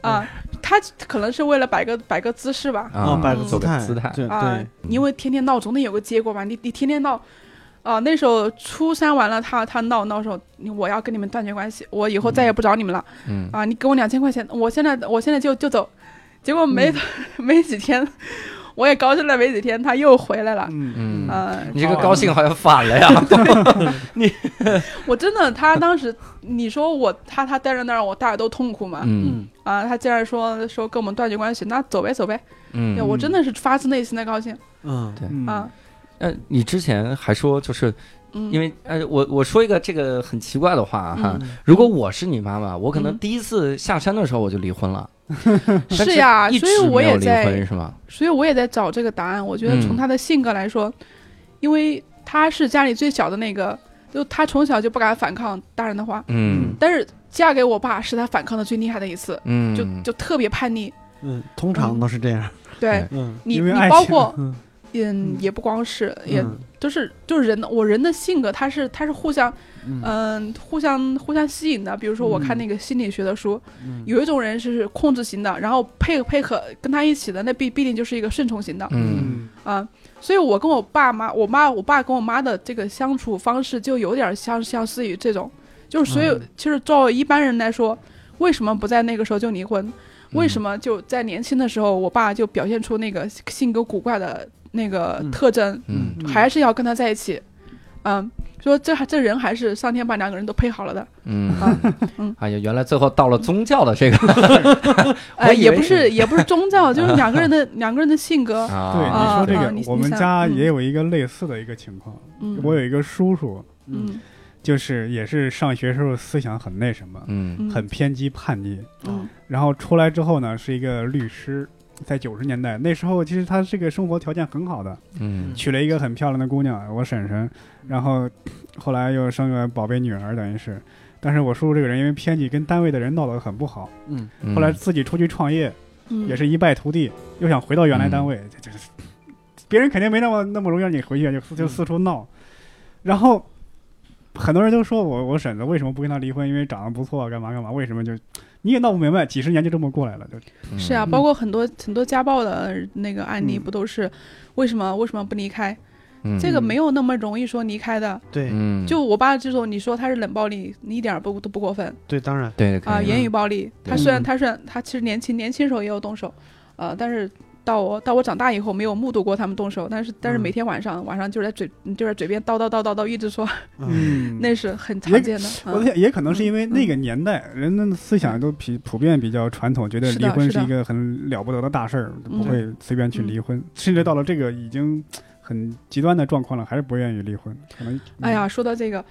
啊。他可能是为了摆个摆个姿势吧，啊，摆个嗯走做姿个态，姿态，对啊对，，因为天天闹总得有个结果吧，你你天天闹。啊，那时候初三完了，他他闹闹说，我要跟你们断绝关系，我以后再也不找你们了、嗯，啊！你给我两千块钱，我现在我现在就就走。结果没、 没几天，我也高兴了没几天，他又回来了。嗯嗯嗯呃，你这个高兴好像反了呀，我真的，他当时你说我他他待在那儿，我大家都痛苦嘛。 嗯嗯啊，他既然说说跟我们断绝关系，那走呗走呗。嗯对，我真的是发自内心的高兴嗯对嗯啊，呃，你之前还说，就是嗯，因为为呃，我我说一个这个很奇怪的话啊哈，嗯如果我是你妈妈，我可能嗯第一次下山的时候我就离婚 了。但是呀，一所直以我没有也离在婚，是吗？所以我也在找这个答案。我觉得从嗯他的性格来说，因为他是家里最小的那个，就他从小就不敢反抗大人的话，嗯但是嫁给我爸是他反抗的最厉害的一次，嗯，就就特别叛逆。嗯，通常都是这样，对对嗯你，因为你爱包情括嗯嗯，也不光是，也嗯就是就是人的，我人的性格，它是它是互相，嗯嗯、互相互相吸引的。比如说，我看那个心理学的书，嗯有一种人是控制型的，然后配配合跟他一起的，那必必定就是一个顺从型的，嗯嗯啊、所以我跟我爸妈，我妈我爸跟我妈的这个相处方式就有点相相似于这种，就是所以、嗯其实作为一般人来说，为什么不在那个时候就离婚？嗯为什么就在年轻的时候，我爸就表现出那个性格古怪的那个嗯特征，嗯嗯还是要跟他在一起？嗯，说这还这人还是上天把两个人都配好了 的，嗯嗯，哎呀，原来最后到了宗教的这个我哎，以也为不是是 也不是宗 教，就是两个人的两个人的性格， 对，啊，你说这嗯啊个你，我们你家想嗯也有一个类似的一个情况。嗯 我有一个叔叔，嗯就是也是上学时候思想很那什么，嗯嗯很啊偏激叛逆。嗯然后出来之后呢，是一个律师，在九十年代那时候，其实他这个生活条件很好的，嗯娶了一个很漂亮的姑娘，我婶婶，然后后来又生个宝贝女儿，等于是。但是我叔叔这个人因为偏激，跟单位的人闹得很不好。嗯嗯，后来自己出去创业，嗯也是一败涂地，又想回到嗯原来单位，这这这别人肯定没那么那么容易让你回去，就四就嗯四处闹。然后很多人都说我我婶子为什么不跟他离婚？因为长得不错，干嘛干嘛？为什么就你也闹不明白？几十年就这么过来了，就是啊，嗯包括很多很多家暴的那个案例，嗯不都是为什么为什么不离开？嗯这个没有那么容易说离开的。对嗯，就我爸这种，你说他是冷暴力，你一点儿不都不过分对，当然对啊。言语语暴力，他对虽然嗯他虽然他其实年轻年轻时候也有动手，呃，但是到我到我长大以后没有目睹过他们动手，但是但是嗯每天晚上晚上就是在嘴就是在嘴边叨叨叨叨叨一直说，嗯 那是很常见的。我嗯在也可能是因为那个年代人的思想都普普遍比较传统，觉得是离的婚是是一的个很了不得的大事儿，嗯不会随便去离婚，甚至到了这个已经很极端的状况了，还是不愿意离婚，可能哎呀，说到这个。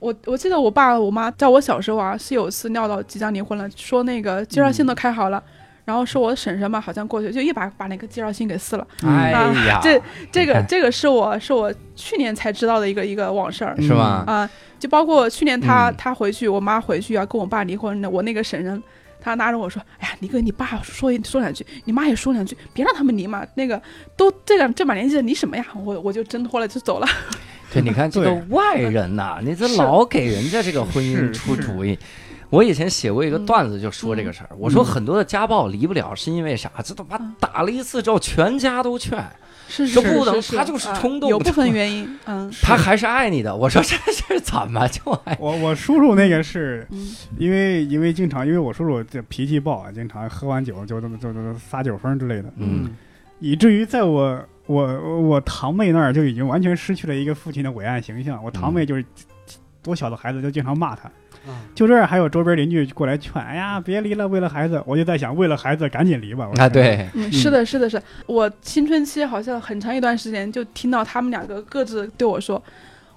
我我记得我爸我妈在我小时候啊，是有一次闹到即将离婚了，说那个介绍信都开好了，然后说我婶婶嘛好像过去就一把把那个介绍信给撕了。嗯哎呀，啊这这你个看这个是我是我去年才知道的一个一个往事儿是吧？啊、就包括去年他、嗯他回去，我妈回去要跟我爸离婚我那个婶婶。她拉着我说：“哎呀，你跟你爸说一说两句，你妈也说两句，别让他们离嘛。那个都这个这把年纪了，离什么呀？我我就挣脱了，就走了。对，你看这个对外人呐、你这是老给人家这个婚姻是出是主意。我以前写过一个嗯段子，就说这个事儿。我说很多的家暴离不了是因为啥？这他妈嗯打了一次之后，全家都劝是这是不能是是，他就是啊冲动有部分原因，嗯他还是爱你的。我说这事儿怎么就爱？我我叔叔那个是嗯因为因为经常因为我叔叔这脾气暴啊，经常喝完酒就这么就就就撒酒疯之类的，嗯，以至于在我我我堂妹那儿就已经完全失去了一个父亲的伟岸形象。我堂嗯妹就是多小的孩子就经常骂他，嗯啊就这儿还有周边邻居过来劝，哎呀别离了，为了孩子。我就在想，为了孩子赶紧离吧。我啊，，对，嗯，是的，是的，是我青春期好像很长一段时间就听到他们两个各自对我说：“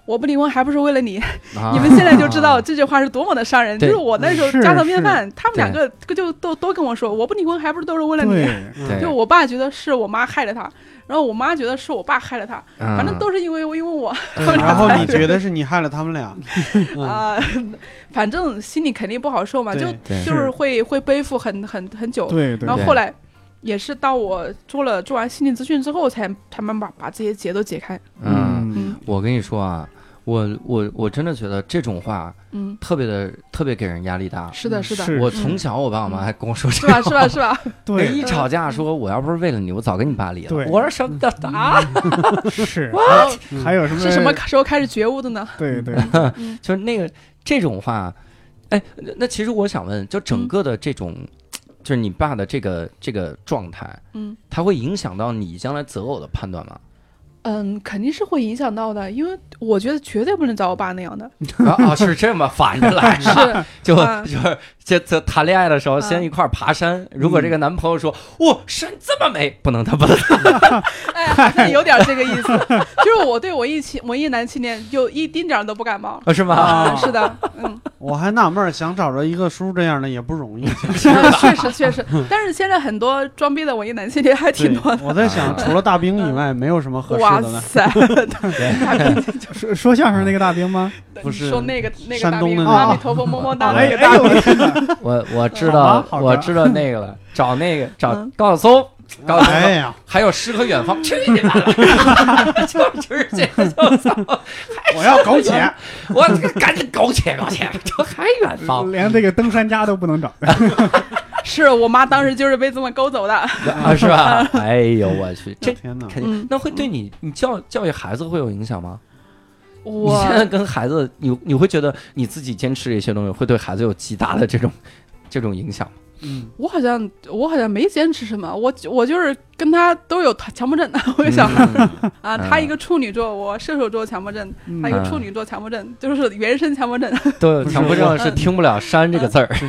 我不离婚还不是为了你。”啊你们现在就知 道这句话是多么的伤人。对就是我那时候是家常便饭，他们两个就都都跟我说，我不离婚还不是都是为了你。啊对，嗯对就我爸觉得是我妈害了他，然后我妈觉得是我爸害了他，反反正都是因为因为我嗯然后 你觉得是你害了他们俩，嗯啊， 反正心里肯定不好受嘛，就对对就是会会背负很很很久。对对然后对后来也是到我做了做完心理咨询之后，才他们把把这些结都解开。嗯，嗯我跟你说啊，我我我真的觉得这种话嗯，特别的特别给人压力大。是的，是的，是我从小我爸我妈还跟我说是这吧？个是吧？是吧？哎对一吵架说我要不是为了你，我早跟你爸离了。对嗯我说什么的啊？ 是，然后嗯还有什么是什么时候开始觉悟的呢？对对，嗯就是那个这种话，哎，那那其实我想问，就嗯整个的这种，就是你爸的这个这个状态，嗯。它会影响到你将来择偶的判断吗？嗯，肯定是会影响到的，因为我觉得绝对不能找我爸那样的。啊，啊是这么反着来是， 啊，就啊就是这这谈恋爱的时候啊先一块儿爬山，如果这嗯个男朋友说哇山这么美，不能他 不能，哎，好像有点这个意思。就是我对文艺青文艺男青年就一丁点儿都不感冒。是吗？啊， 是的，嗯，我还纳闷儿，想找着一个叔这样的也不 容易。啊确实确实。但是现在很多装逼的文艺男青年还挺多的。我在想，哎除了大兵以外，没有什么合适哇的了。塞，说说相声那个大兵吗？不是说那个那个山大东兵的阿那弥陀佛么么哒哎那个哎大呦兵，我我知好道吧好吧我知道那个了，找那个找嗯高晓松，高老师哎呀，还有诗和远 方，去你妈的！就是这个，我操！我要苟且， 我赶紧苟且苟且，这还远方连这个登山家都不能找。是我妈当时就是被这么勾走的。啊，是吧？哎呦我去，这天哪！肯定嗯。那会对你你教教育孩子会有影响吗？你我现在跟孩子，你你会觉得你自己坚持一些东西，会对孩子有极大的这种 这种影响吗？嗯，我好像我好像没坚持什么，我我就是跟他都有强迫症，我有小孩嗯啊，嗯他一个处女座，我射手座强迫症，他一嗯个处女座强迫症， 就是原生强迫症。都有不是强迫症我是啊听不了“山”这个字儿，就是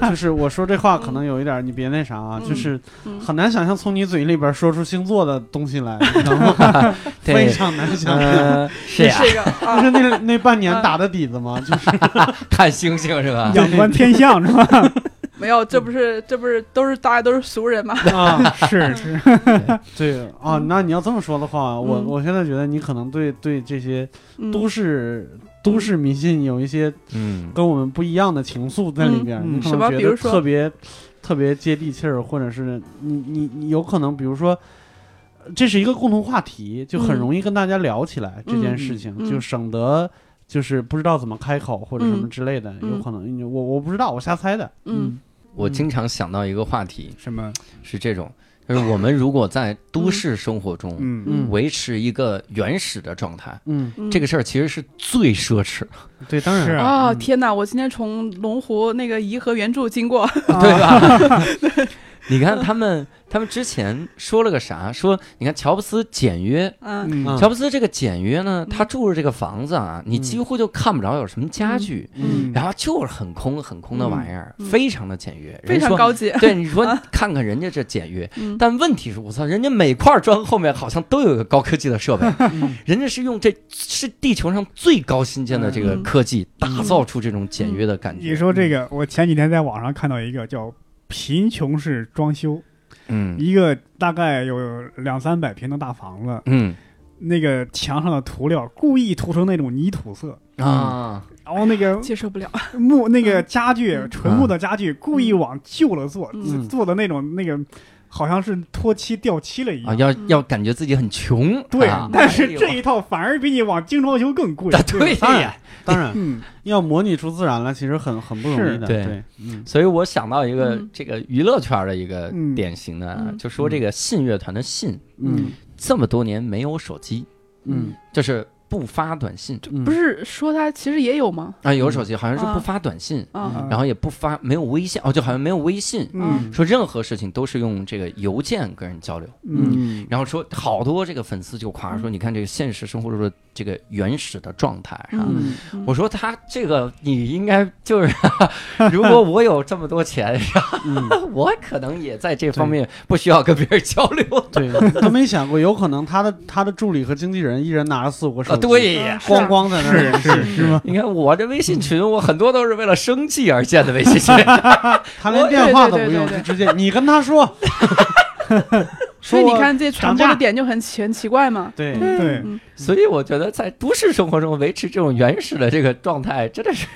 你就是我说这话可能有一点儿，你别那啥啊，嗯就是嗯很难想象从你嘴里边儿说出星座的东西来，你知道吗？非对，常难想象。嗯， 是呀，这个不啊， 是那那半年打的底子 吗？就是看星星是吧？仰观天象是吧？没有，这不是 这不是都是大家都是俗人嘛？啊，是是，对啊，那你要这么说的话，我嗯我现在觉得你可能对对这些嗯都市都市迷信有一些嗯，跟我们不一样的情愫在里边儿，嗯你可什么能比如觉得说特别特别接地气儿，或者是你你你有可能，比如说。这是一个共同话题，就很嗯容易跟大家聊起来这件事情，嗯嗯就省得就是不知道怎么开口或者什么之类的，嗯有可能我我不知道，我瞎猜的。嗯我经常想到一个话题什么？是这种，就是我们如果在嗯都市生活中嗯嗯维持一个原始的状态，嗯，嗯这个事儿其实是最奢侈，对，当然是啊啊嗯天哪！我今天从龙湖那个颐和原著经过， 对吧？你看他们，他们之前说了个啥？说你看乔布斯简约，嗯嗯嗯乔布斯这个简约呢，嗯他住的这个房子啊，你嗯几乎就看不着有什么家具，嗯然后就是很空很空的玩意儿，嗯嗯非常的简约，非人常说。高 级。对，你说看看人家这简约，嗯但问题是，我操，人家每块砖后面好像都有一个高科技的设备， 嗯人家是用这是地球上最高新建的这个嗯科技打造出这种简约的感你觉。说这个，我前几天在网上看到一个叫“贫穷式装修”，嗯一个大概有两三百平的大房子，嗯那个墙上的涂料故意涂成那种泥土色，啊，然后 那个接受不了，木那个家具嗯纯木的家具故意往旧了做，嗯做的那种那个好像是脱漆掉漆了一啊，样。要嗯要感觉自己很穷，对啊，但是这一套反而比你往精装修更贵。 啊吧对当呀然，当然 嗯，要模拟出自然来，其实很很不容易是的。对对，嗯所以我想到一个嗯这个娱乐圈的一个嗯典型的啊，嗯就说这个信乐团的信嗯这么多年没有手机，嗯就是不发短信嗯，不是说他其实也有吗？啊，有手机好像是啊不发短信，嗯啊，然后也不发没有微信哦，就好像没有微信，嗯说任何事情都是用这个邮件跟人交流。嗯嗯然后说好多这个粉丝就夸说，嗯你看这个现实生活中的这个原始的状态啊。嗯嗯嗯我说他这个你应该就是，如果我有这么多钱， 嗯，我可能也在这方面不需要跟别人交流。对他没想过，有可能他的他的助理和经纪人一人拿着四五个手啊，机，对嗯呀，咣咣在那儿是是是吗？你看我这微信群，我很多都是为了生计而建的微信群。 他连电话都对不对用，对就对直接你跟他说，所以说你看这传播涨的价点就很奇很奇怪嘛。对，嗯对，嗯所以我觉得在都市生活中维持这种原始的这个状态，真的是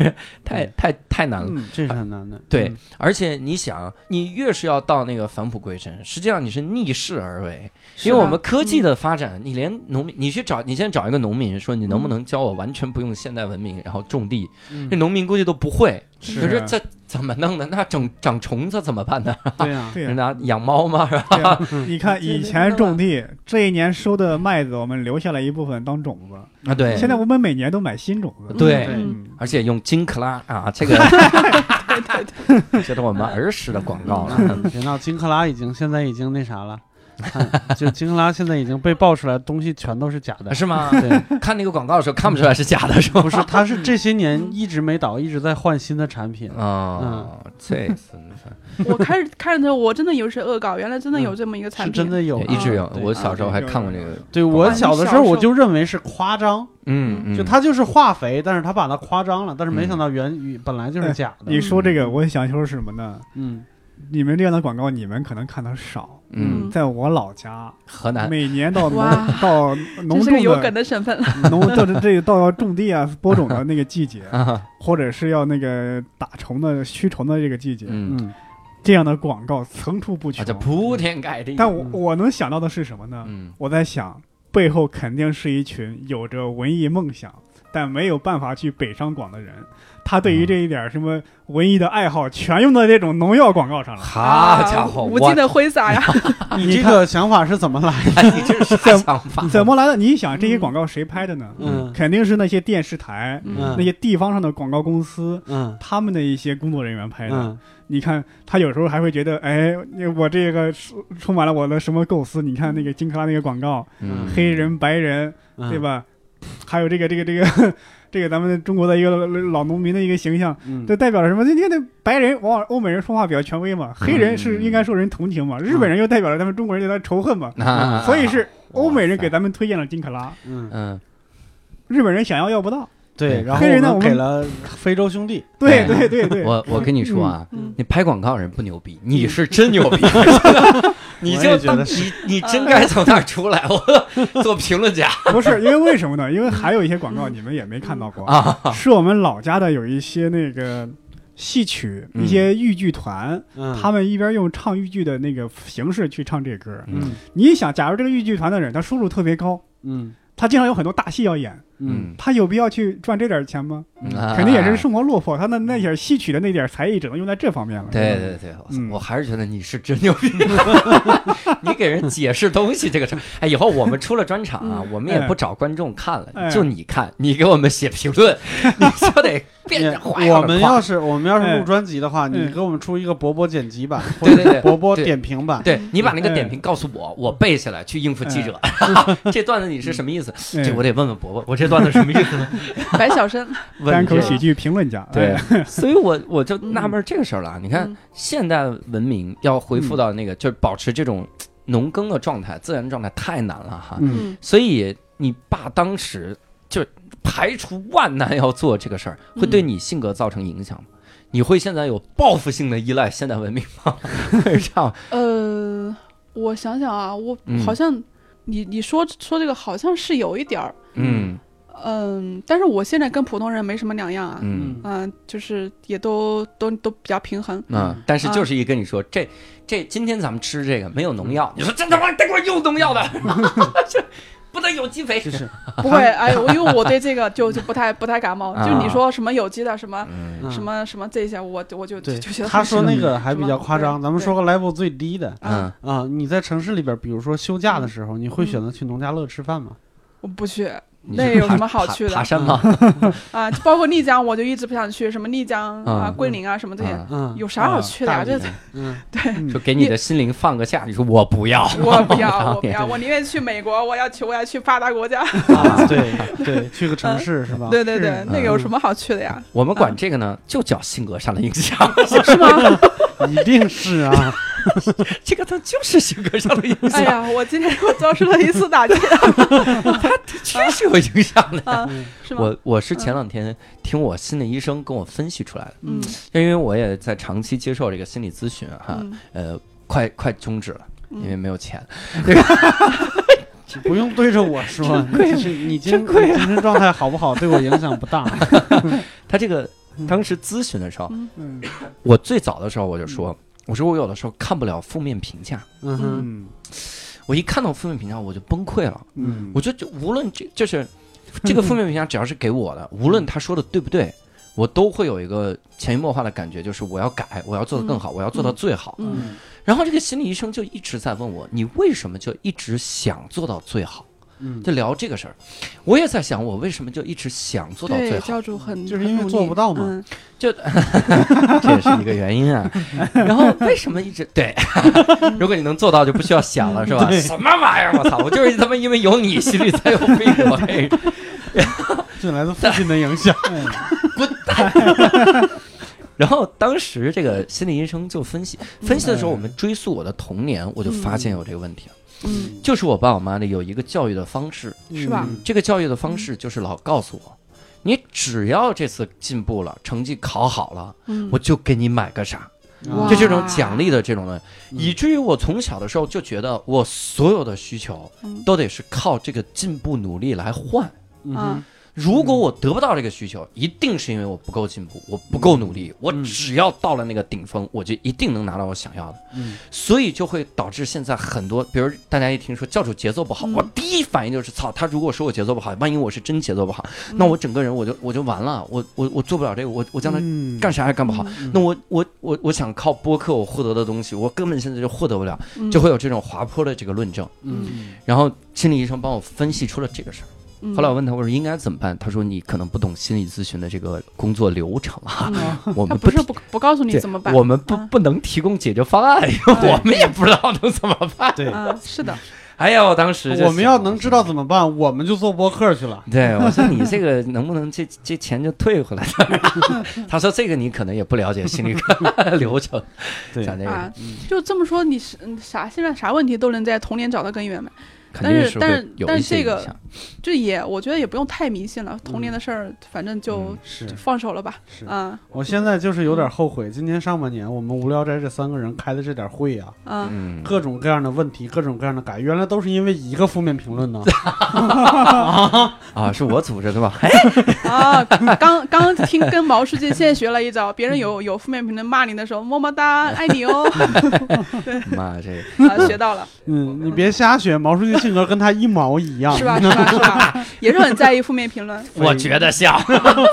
太太太难了。嗯这是很难的。对，而且你想，你越是要到那个返璞归真，实际上你是逆势而为，因为我们科技的发展，你连农民，你去找，你现在找一个农民说，你能不能教我完全不用现代文明，然后种地？嗯这农民估计都不会。是啊可是这怎么弄的？那整长虫子怎么办呢？对啊呀，对啊人呀家养猫吗？是吧？对呀，你看以前种地，这一年收的麦子，我们留下来一部分当种子。啊，对。现在我们每年都买新种子。对嗯而且用金克拉啊，这个觉得我们儿时的广告了。嗯别闹，金克拉已经现在已经那啥了， 看就金克拉现在已经被爆出来，东西全都是假的。啊是吗？对，看那个广告的时候看不出来是假的，是吗？不是，他是这些年一直没倒，一直在换新的产品。啊，这真的我开始看着我真的有是恶搞，原来真的有这么一个 产是品，真的有也的，一直有啊。对我小时候还有看过这有个有，对我你小的小时候，时我候就认为是夸张，嗯嗯，就它就是化肥，但是它把它夸张了，但是没嗯想到原语本来就是假的你。说这个，我想说什么呢？嗯，你们这样的广告，你们可能看的少。嗯，哎在我老家，河南，每年到农哇到 这农是个种有梗的省份。农到这这到要种地啊、播种的那个季节啊，或者是要那个打虫的、驱虫的这个季节，嗯嗯这样的广告层出不啊，穷这。铺天盖地。但我嗯我能想到的是什么呢？嗯，我在想，背后肯定是一群有着文艺梦想但没有办法去北上广的人，他对嗯于这一点儿什么文艺的爱好，全用到这种农药广告上了。好啊家伙，啊无我尽的挥洒 呀！嗯你这个想法是怎么来的？你这是啥想法？怎么来的？你想这些广告谁拍的呢？嗯肯定是那些电视台、嗯那些地方上的广告公司，嗯他们的一些工作人员拍的。嗯你看，他有时候还会觉得，哎，我这个充充满了我的什么构思？你看那个金克拉那个广告，嗯黑人、白人，嗯，对？吧？还有这个这个这个 这个咱们中国的一个老老农民的一个形象，嗯，这代表了什么？你看那白人往往欧美人说话比较权威嗯嘛，黑人是应该受人同情嘛，日本人又代表了咱们中国人对他仇恨嘛，啊所以是欧美人给咱咱们推荐了金克拉，嗯，嗯日本人想要要不到。对。然后黑人呢我们给我们了非洲兄 弟，对对对对对，我我跟你说啊，嗯，你拍广告人不牛逼，你是真牛逼，你我就也觉得 你你真该从那儿出来，我做评论家不是因为为什么呢？因为还有一些广告你们也没看到过，啊，是我们老家的有一些那个戏曲、嗯一些豫剧团，嗯，他们一边用唱豫剧的那个形式去唱这歌。嗯你想，假如这个豫剧团的人他收入特别高，嗯他经常有很多大戏要演，嗯他有必要去赚这点钱吗？嗯啊肯定也是生活落魄，他的那点戏曲的那点才艺只能用在这方面了。对是吧，对对，我嗯我还是觉得你是真牛逼， 你给人解释东西这个事儿。哎，以后我们出了专场啊，嗯我们也不找观众看了，哎就你看，你给我们写评论，你就得变着花样我地们夸要是我们要是哎录专辑的话，你嗯给我们出一个伯伯剪辑版，或对对者对伯伯对点评版，对你把那个点哎评告诉我，我背下来去应付记者。 这段子你是什么意思？哎这我得问问伯伯，我这段子什么意思呢？白晓生，问单口这喜剧评论家，对哎，所以我我就纳闷这个事儿了啊。你看嗯，现代文明要恢复到那个，就是保持这种农耕的状态、自然状态太难了哈。嗯，嗯，所以你爸当时就排除万难要做这个事儿，会对你性格造成影响吗？你会现在有报复性的依赖现代文明吗？ 会这样？呃，我想想啊，我嗯好像你你说说这个好像是有一点儿，嗯嗯，但是我现在跟普通人没什么两样啊，嗯。嗯，就是也都都都比较平衡，啊！但是就是一跟你说，这这今天咱们吃这个没有农药，你说真他妈得给我用农药的， 这不能有机肥。就是不会， 哎，我因为我对这个就就不太不太感冒。啊就你说什么有机的，什么嗯嗯什么什么这些，我我就对就觉，得他说那什个还比较夸张，对咱们对说个 level 最低的嗯啊，啊，你在城市里边，比如说休嗯假的时候，你会选择去农家乐吃饭吗？ 我不去你那是有爬什么好爬去的爬山吗？啊。就包括丽江，我就一直不想去，什么丽江啊啊、桂林啊什么这些，啊嗯有啥好去的呀？大理这啊的嗯，对，说给你的心灵放个假，你说我不要， 我不要，我不对要，我宁愿去美国，我要去，我要去发达国家。啊对对，去个城市是吧？ 呃对对对啊是，那个嗯有什么好去的呀？我们管这个呢，就叫性格上的 影响。是吗？一定是 啊，这个它 就是啊性格上的影响，哎呀，我今天我遭受了一次打击确实有影响的。啊，嗯是吗？我我是前两天听我心理医生跟我分析出来的，嗯因为我也在长期接受这个心理咨询哈，嗯呃，快快终止了，因为嗯，没有钱。不用对着我说，啊就是你今你精神状态好不好，对我影响 不大。他这个嗯当时咨询的时候，嗯我最早的时候我就嗯说，我说我有的时候看不了负面评价，嗯哼，嗯我一看到负面评价我就崩溃了，嗯，我就就无论这就是这个负面评价只要是给我的，无论他说的对不对。我都会有一个潜移默化的感觉，就是我要改，我要做得更好，我要做到最好。嗯然后这个心理医生就一直在问我，你为什么就一直想做到最好？嗯，就聊这个事儿，我也在想，我为什么就一直想做到最对，好教，主很就是因很为努力做不到嘛嗯这也是一个原因啊。然后为什么一直 对？如果你能做到，就不需要想了，是吧？对什么玩意儿？我操！我就是他妈因为有你，心里才有病。我这个这来自父亲 的影响。嗯然后当时这个心理医生就分析，分析的时候，我们追溯我的童年，我就发现有这个问题了，嗯，就是我爸我妈呢有一个教育的方式，是吧嗯？这个教育的方式就是老告诉我，你只要这次进步了，成绩考好了，嗯我就给你买个啥，哇啊就这种奖励的这种的，嗯以至于我从小的时候就觉得我所有的需求嗯都得是靠这个进步努力来换。嗯啊哼，如果我得不到这个需求，一定是因为我不够进步，我不够努力。我只要到了那个顶峰，我就一定能拿到我想要的。嗯所以就会导致现在很多，比如大家一听说教主节奏不好，嗯我第一反应就是操，他如果说我节奏不好，万一我是真节奏不好，那我整个人我就我就完了，我我我做不了这个，我我将来嗯干啥也干不好。嗯那我我我我想靠播客我获得的东西，我根本现在就获得不了，嗯就会有这种滑坡的这个论证。嗯然后心理医生帮我分析出了这个事儿。嗯后来我问他，我说应该怎么办？他说你可能不懂心理咨询的这个工作流程 啊，嗯我他们不提是不不告诉你对怎么办，我们不啊不能提供解决方案，因为对我们也不知道能怎么办。对，啊，是的，哎呀，我当时就我们要能想知道。怎么办，我们就做播客去了。对，我说你这个能不能这 这钱就退回来？他说这个你可能也不了解心理课 流程，对，讲这啊个嗯就这么说，你是嗯啥现在啥问题都能在童年找到根源呗？肯定但会是有但一是些这个影响。这也我觉得也不用太迷信了，童嗯年的事儿反正就是是放手了吧，是，啊我现在就是有点后悔，今年上半年我们无聊斋这三个人开的这点会啊，啊，嗯，各种各样的问题，各种各样的改，原来都是因为一个负面 评论呢。啊，是我组织的吧？ 哎，啊，刚刚听跟毛书记现学了一招，别人有有负面评论骂你的时候，么么哒，爱你哦，妈，这啊，学到了，嗯，你别瞎学，毛书记性格跟他一毛一样。 是吧？是吧？是吧？也是很在意负面评论，我觉得像，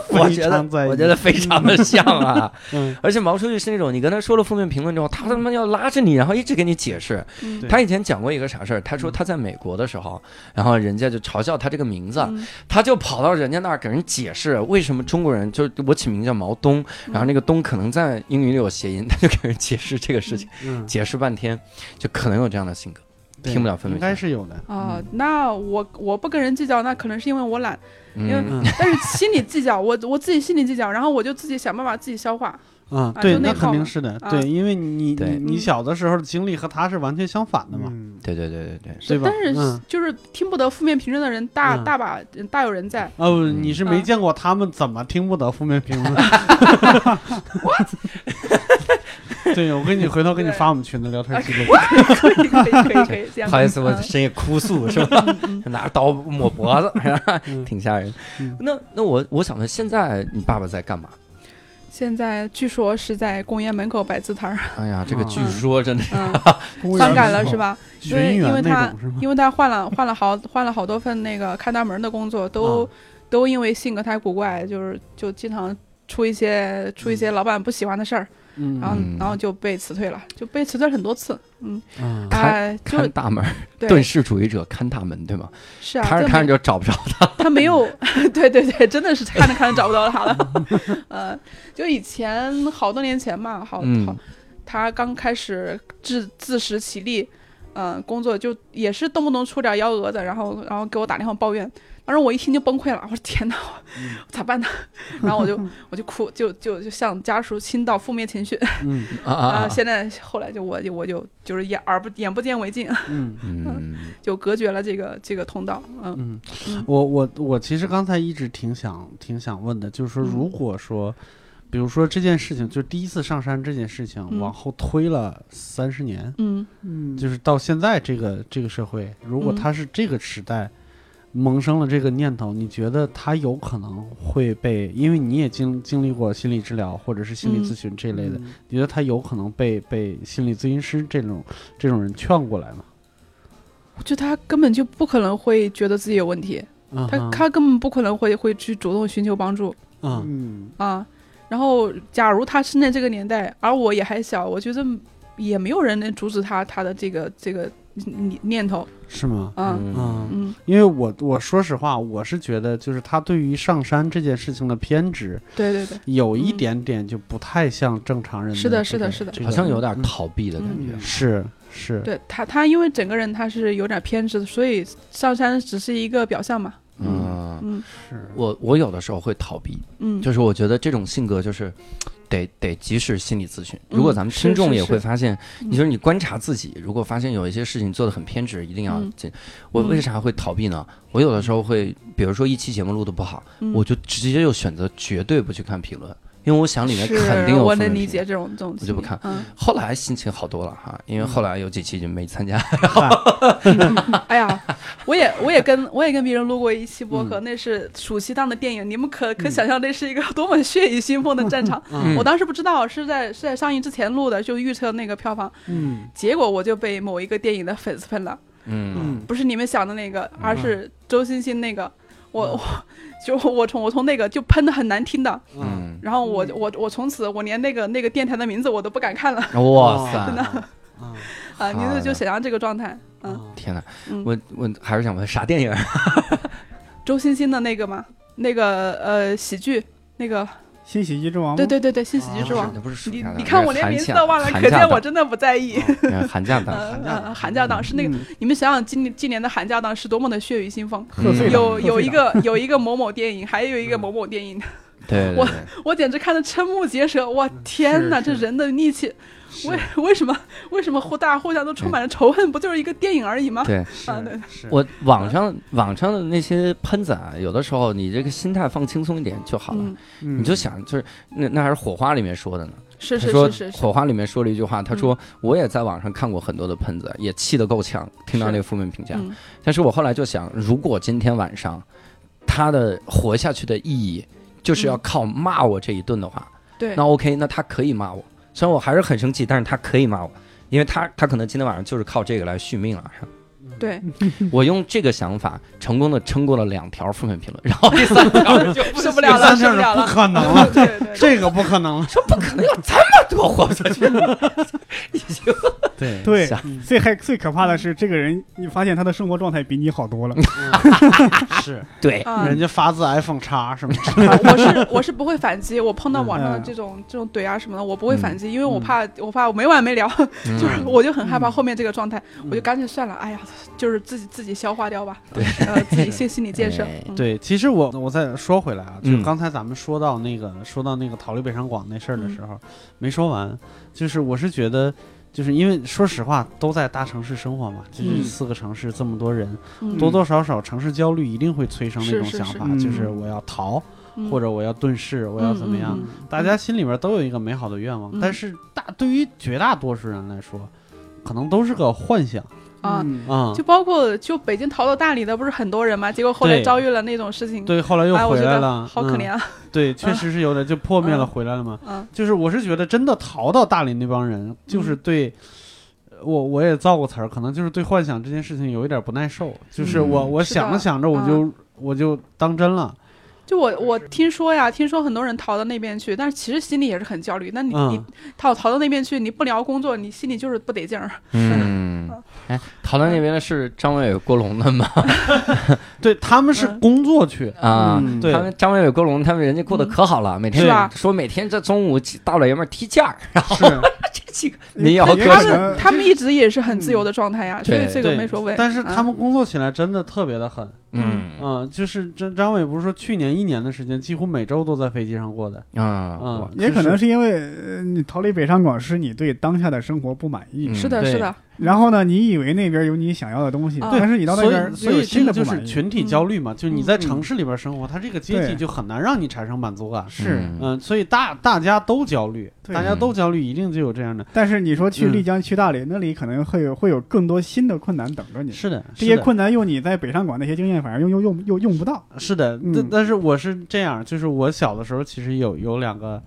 我觉非得常在意我觉得非常的像啊。嗯，而且毛书记是那种，你跟他说了负面评论之后，他他妈要拉着你，然后一直给你解释。嗯对他以前讲过一个啥事儿，他说他在美国的时候，然后人家就嘲笑他这个名字，嗯他就跑到人家那儿给人解释为什么中国人就是我起名叫毛东，然后那个东可能在英语里有谐音，他就给人解释这个事情，嗯，解释半天，就可能有这样的性格，对听不了分应辨该是有的。啊，那我我不跟人计较，那可能是因为我懒，因为嗯，嗯但是心里计较，我我自己心里计较，然后我就自己想办法自己消化。啊，啊对，就内那耗肯定嘛是的，啊对，因为你对你你小的时候的经历和他是完全相反的嘛，嗯对对对对对，对吧？但是嗯，就是听不得负面评论的人大嗯大把大有人在，哦，你是没嗯见过他们怎么听不得负面评 论。 对，我跟你回头给你发我们群的聊天记哎录。可以可以可以可以这样。不好意思，我嗯深夜哭诉是吧？拿着刀抹脖子，嗯挺吓人嗯。那那我我想问，现在你爸爸在干嘛？现在据说是在公园门口摆字摊儿，哎呀，这个啊据说真的嗯，公务员伤感了是吧？因为寻因为缘那他种是吗？ 因为他换了换了好换了好多份那个看大门的工作，都、啊都因为性格太古怪，就是就经常出一些出一些老板不喜欢的事儿，然后嗯嗯然后就被辞退了，就被辞退很多次。嗯，嗯看哎、就看大门，对遁，世主义者看大门，对吗？是啊，看着这看没着就找不着 他没有， 对对对，真的是看着看着找不到他 了。呃，就以前好多年前嘛，好、嗯好，他刚开始自自食其力，嗯、工作就也是动不动出点幺蛾子，然后然后给我打电话抱怨，当时我一听就崩溃了，我说天哪，我嗯我咋办呢？然后 我就我就哭，就就就向家属倾倒负面情绪嗯啊啊啊、啊！现在后来就我就我就就是眼耳不眼不见为净，嗯嗯，就隔绝了这个这个通道。嗯嗯，我我我其实刚才一直挺想挺想问的，就是说，嗯如果说，比如说这件事情，就第一次上山这件事情，嗯往后推了三十年，嗯嗯，就是到现在这个这个社会，如果嗯他是这个时代萌生了这个念头，你觉得他有可能会被？因为你也经经历过心理治疗或者是心理嗯咨询这一嗯类的，你觉得他有可能被被心理咨询师这种这种人劝过来吗？我觉得他根本就不可能会觉得自己有问题，啊他哈他根本不可能会会去主动寻求帮助啊嗯啊。然后，假如他生在这个年代，而我也还小，我觉得也没有人能阻止他他的这个这个念念头是吗？啊。嗯嗯，嗯，因为我我说实话，我是觉得就是他对于上山这件事情的偏执，对对对，有一嗯点点就不太像正常人是的这是的个是的这个好像有点逃避的感觉嗯。是是对他他因为整个人他是有点偏执的，所以上山只是一个表象嘛。嗯，嗯是我我有的时候会逃避，嗯，就是我觉得这种性格就是。得得及时心理咨询。如果咱们是听嗯众是也是会发现，嗯你说你观察自己，如果发现有一些事情做的很偏执，一定要嗯进。我为啥会逃避呢？我有的时候会，比如说一期节目录的不好，嗯我就直接就选择绝对不去看评论，因为我想里面肯定是有我风能水理学解这种东西，我就不看嗯，后来心情好多了哈，因为后来有几期就没参加。哎呀，我也我也跟我也跟别人录过一期播客，那是暑期档的电影，你们可可想象那是一个多么血雨腥风的战场。嗯我当时不知道是在是在上映之前录的，就预测那个票房，嗯结果我就被某一个电影的粉丝喷了，嗯，不是你们想的那个，而是周星星那个。我我 就我从我从那个就喷的很难听的，嗯嗯，然后我我我从此我连那个那个电台的名字我都不敢看了哇哦真塞，嗯啊！你好就的就想象这个状态，嗯嗯天哪！嗯。我我还是想问啥电影？周星星的那个嘛，那个呃喜剧那个，新喜剧之王吗对对对对，新喜剧啊之是王。那不哦是暑你假哦档你看我连名字都忘了，可见我真的不在意。这哦寒假档。嗯寒假档嗯，寒假档是那个，嗯你们想想今年今年的寒假档是多么的血雨腥风。贺岁对档的有贺岁有一档个有一个某某电影，还有一个某某电影，对对我对，我简直看得瞠目结舌。我天哪，是这是人的力气，为为什么为什么互大家互相都充满了仇恨？不就是一个电影而已吗？对啊对是是我网上网上的那些喷子啊，有的时候你这个心态放轻松一点就好了。嗯，你你就想，就是那那还是火花里面说的呢。是他是说是是嗯是，火花里面说了一句话，他说我也在网上看过很多的喷子，也气得够呛，听到是那个负面评价。嗯但是我后来就想，如果今天晚上他的活下去的意义就是嗯要靠骂我这一顿的话，对那 OK，那他可以骂我，虽然我还是很生气，但是他可以骂我，因为他他可能今天晚上就是靠这个来续命了。是吧对， 我用这个想法成功的撑过了两条负面评论，然后第三条就受不了了，三受件不是了不了，可能 了，对对对，这个不可能了，说不可能有这么多活不下去，已经对对想，嗯最害最可怕的是，这个人你发现他的生活状态比你好多嗯 了。 是 对，啊嗯人家发自 iPhone 叉什么之 类啊我是我是不会反击，我碰到网上的嗯这种这种怼啊什么的，我不会嗯反击，因为我怕我怕我没完没了， 就是我就很害怕后面这个状态，我就嗯干脆算了，哎呀，就是自己自己消化掉 吧，对呃，自己心心理建设哎，嗯，对，其实我我再说回来啊，就嗯刚才咱们说到那个、说到那个逃离北上广那事儿的嗯时候，没说完，就是我是觉得，就是因为说实话，都在大城市生活嘛，就嗯是四个城市这么多人，嗯多多少少城市焦虑一定会催生那种是是想是法，嗯就是我要逃、嗯或者我要遁世，我要怎么样？嗯嗯嗯大家心里边都有一个美好的愿望，嗯但是大对于绝大多数人来说，可能都是个幻想啊。嗯啊。就包括就北京逃到大理的不是很多人嘛，结果后来对遭遇了那种事情，对，后来又哎，我回觉来得了，好可嗯怜啊，对，确实是有点就破灭了，嗯回来了嘛。嗯就是我是觉得真的逃到大理那帮人，就是对。呃我我也造过词儿，可能就是对幻想这件事情有一点不耐受，就是嗯我我是的嗯想着想着我就、我就当真了，就我我听说呀，听说很多人逃到那边去，但是其实心里也是很焦虑。那你、嗯你逃逃到那边去，你不聊工作，你心里就是不得劲儿。嗯， 哎，逃到那边的是张伟伟、郭龙的吗？对他们是嗯工 作去，啊，嗯对他们张伟伟、郭龙他们人家过得可好了，每是啊天吧说每天这中午大老爷们儿踢毽儿，然后是，这几个民谣歌他是手，们他们一直也是很自由的状态呀，所以对这个嗯对没所谓。但是他嗯们工作起来真的特别的狠，嗯嗯，就是张张伟不是说去年一年的时间几乎每周都在飞机上过的，啊，嗯我，也可就是能是因为呃你逃离北上广是你对当下的生活不满意，嗯是的，对是的，然后呢，你以为那边有你想要的东西，啊但是你到那所边以所以这真个的不就满是意。嗯群体焦虑嘛，就是你在嗯城市里边生活，它这个阶级对就很难让你产生满足感，是，嗯嗯，所以大大家都焦虑，对大家都焦虑，一定就有这样的。但是你说去嗯丽江、去大理，那里可能会有会有更多新的困难等着你。是的，嗯这些是的困难用你在北上广那些经验，反而用用用用用不到。是的，嗯但但是我是这样，就是我小的时候其实有有两个，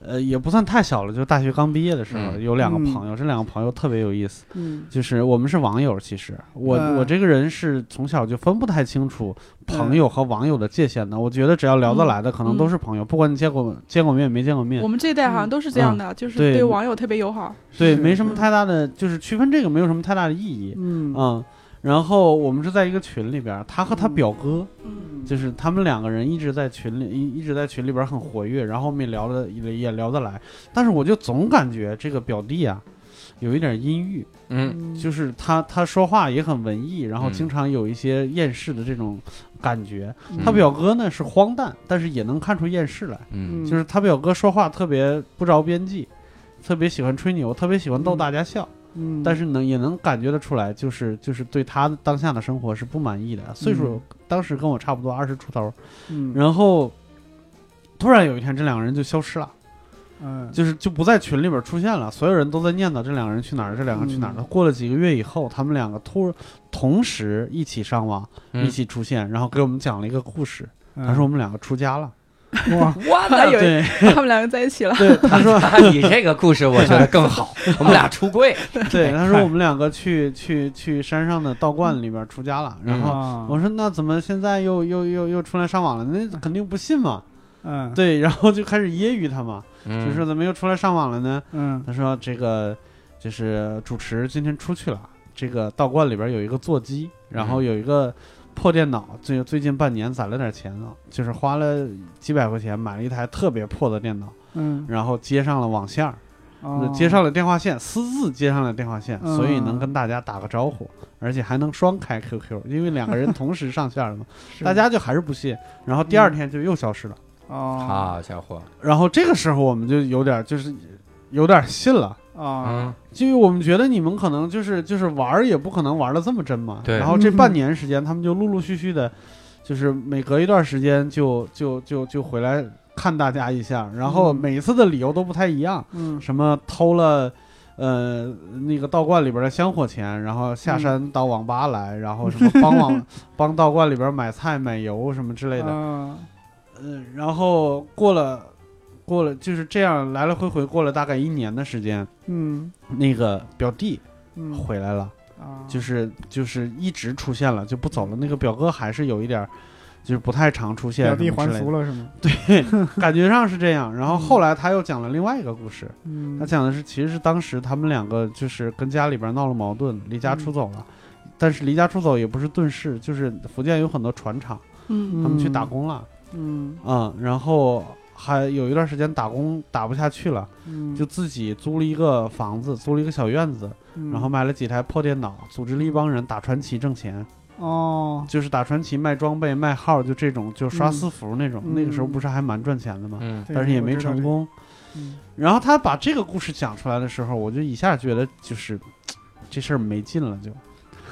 呃，也不算太小了，就是大学刚毕业的时候、嗯有两个朋友，这两个朋友特别有意思，嗯，就是我们是网友，其实我、嗯我这个人是从小就分不太清楚朋友和网友的界限的，我觉得只要聊嗯得来的，可能都是朋友，不管你见过见过面没见过面我，们这一代好像都是这样的，就是嗯对嗯对网友特别友好。对，是没什么太大的，就是区分这个没有什么太大的意义，嗯嗯，然后我们是在一个群里边儿，他和他嗯表哥，嗯，就是他们两个人一直在群里一一直在群里边儿很活跃，然后我们也聊的也也聊得来，但是我就总感觉这个表弟啊。有一点阴郁，嗯就是他他说话也很文艺，然后嗯经常有一些厌世的这种感觉。嗯他表哥呢是荒诞，但是也能看出厌世来。嗯就是他表哥说话特别不着边际，特别喜欢吹牛，特别喜欢逗大家笑。嗯，但是能也能感觉得出来，就是就是对他当下的生活嗯是不满意的。岁数、当时跟我差不多二十出头，嗯然后突然有一天，这两个人就消失了，嗯，就是就不在群里边出现了，所有人都在念叨这两个人去哪儿，这两个人去哪儿了。嗯过了几个月以后，他们两个突同时一起上网，嗯一起出现，然后给我们讲了一个故事。他他说我们两个出家了，哇， 哇，那有对他们两个在一起了，对，他 说你这个故事我觉得更好，我们俩出柜，对，他说嗨我们两个去去去山上的道观里边出家了，然后。我啊，说那怎么现在又又又又出来上网了？那肯定不信嘛。嗯，，对，然后就开始揶揄他嘛，嗯就说怎么又出来上网了呢？嗯，他说这个就是主持今天出去了，这个道观里边有一个座机，然后有一个破电脑，最最近半年攒了点钱啊，就是花了几百块钱买了一台特别破的电脑，嗯，然后接上了网线儿，哦接上了电话线，私自接上了电话线，嗯所以能跟大家打个招呼，而且还能双开 QQ，因为两个人同时上线了嘛， 是嗯大家就还是不信，然后第二天就又消失了，哦好家伙，然后这个时候我们就有点就是有点信了。哦，嗯，就我们觉得你们可能就是就是玩儿也不可能玩的这么真嘛。对然后这半年时间，他们就陆陆续续的，就是每隔一段时间就就就就回来看大家一下，然后嗯每次的理由都不太一样，嗯什么偷了。呃，那个道观里边的香火钱，然后下山到网吧来，然后什么帮网帮道观里边买菜买油什么之类的，的，嗯，然后过了过了就是这样来来回回过了大概一年的时间，嗯那个表弟嗯，回来了，啊，就是就是一直出现了，就不走了。那个表哥还是有一点儿，就是不太常出现，表弟什么还之类的俗了是吗？感觉上是这样。然后后来他又讲了另外一个故事，嗯他讲的是其实是当时他们两个就是跟家里边闹了矛盾，离家出嗯走了。但是离家出走也不是遁世，就是福建有很多船厂，嗯他们去打工了，嗯嗯然后还有一段时间打工打不下去了，嗯，就自己租了一个房子，租了一个小院子，嗯然后买了几台破电脑，组织了一帮人打传奇挣钱。哦，就是打传奇卖装备、卖号，就这种，就刷私服那种。嗯那个时候不是还蛮赚钱的吗？嗯对但是也没成。功。我知道这嗯然后他把这个故事讲出来的时候，我就一下觉得就是嘖这事儿没劲了，就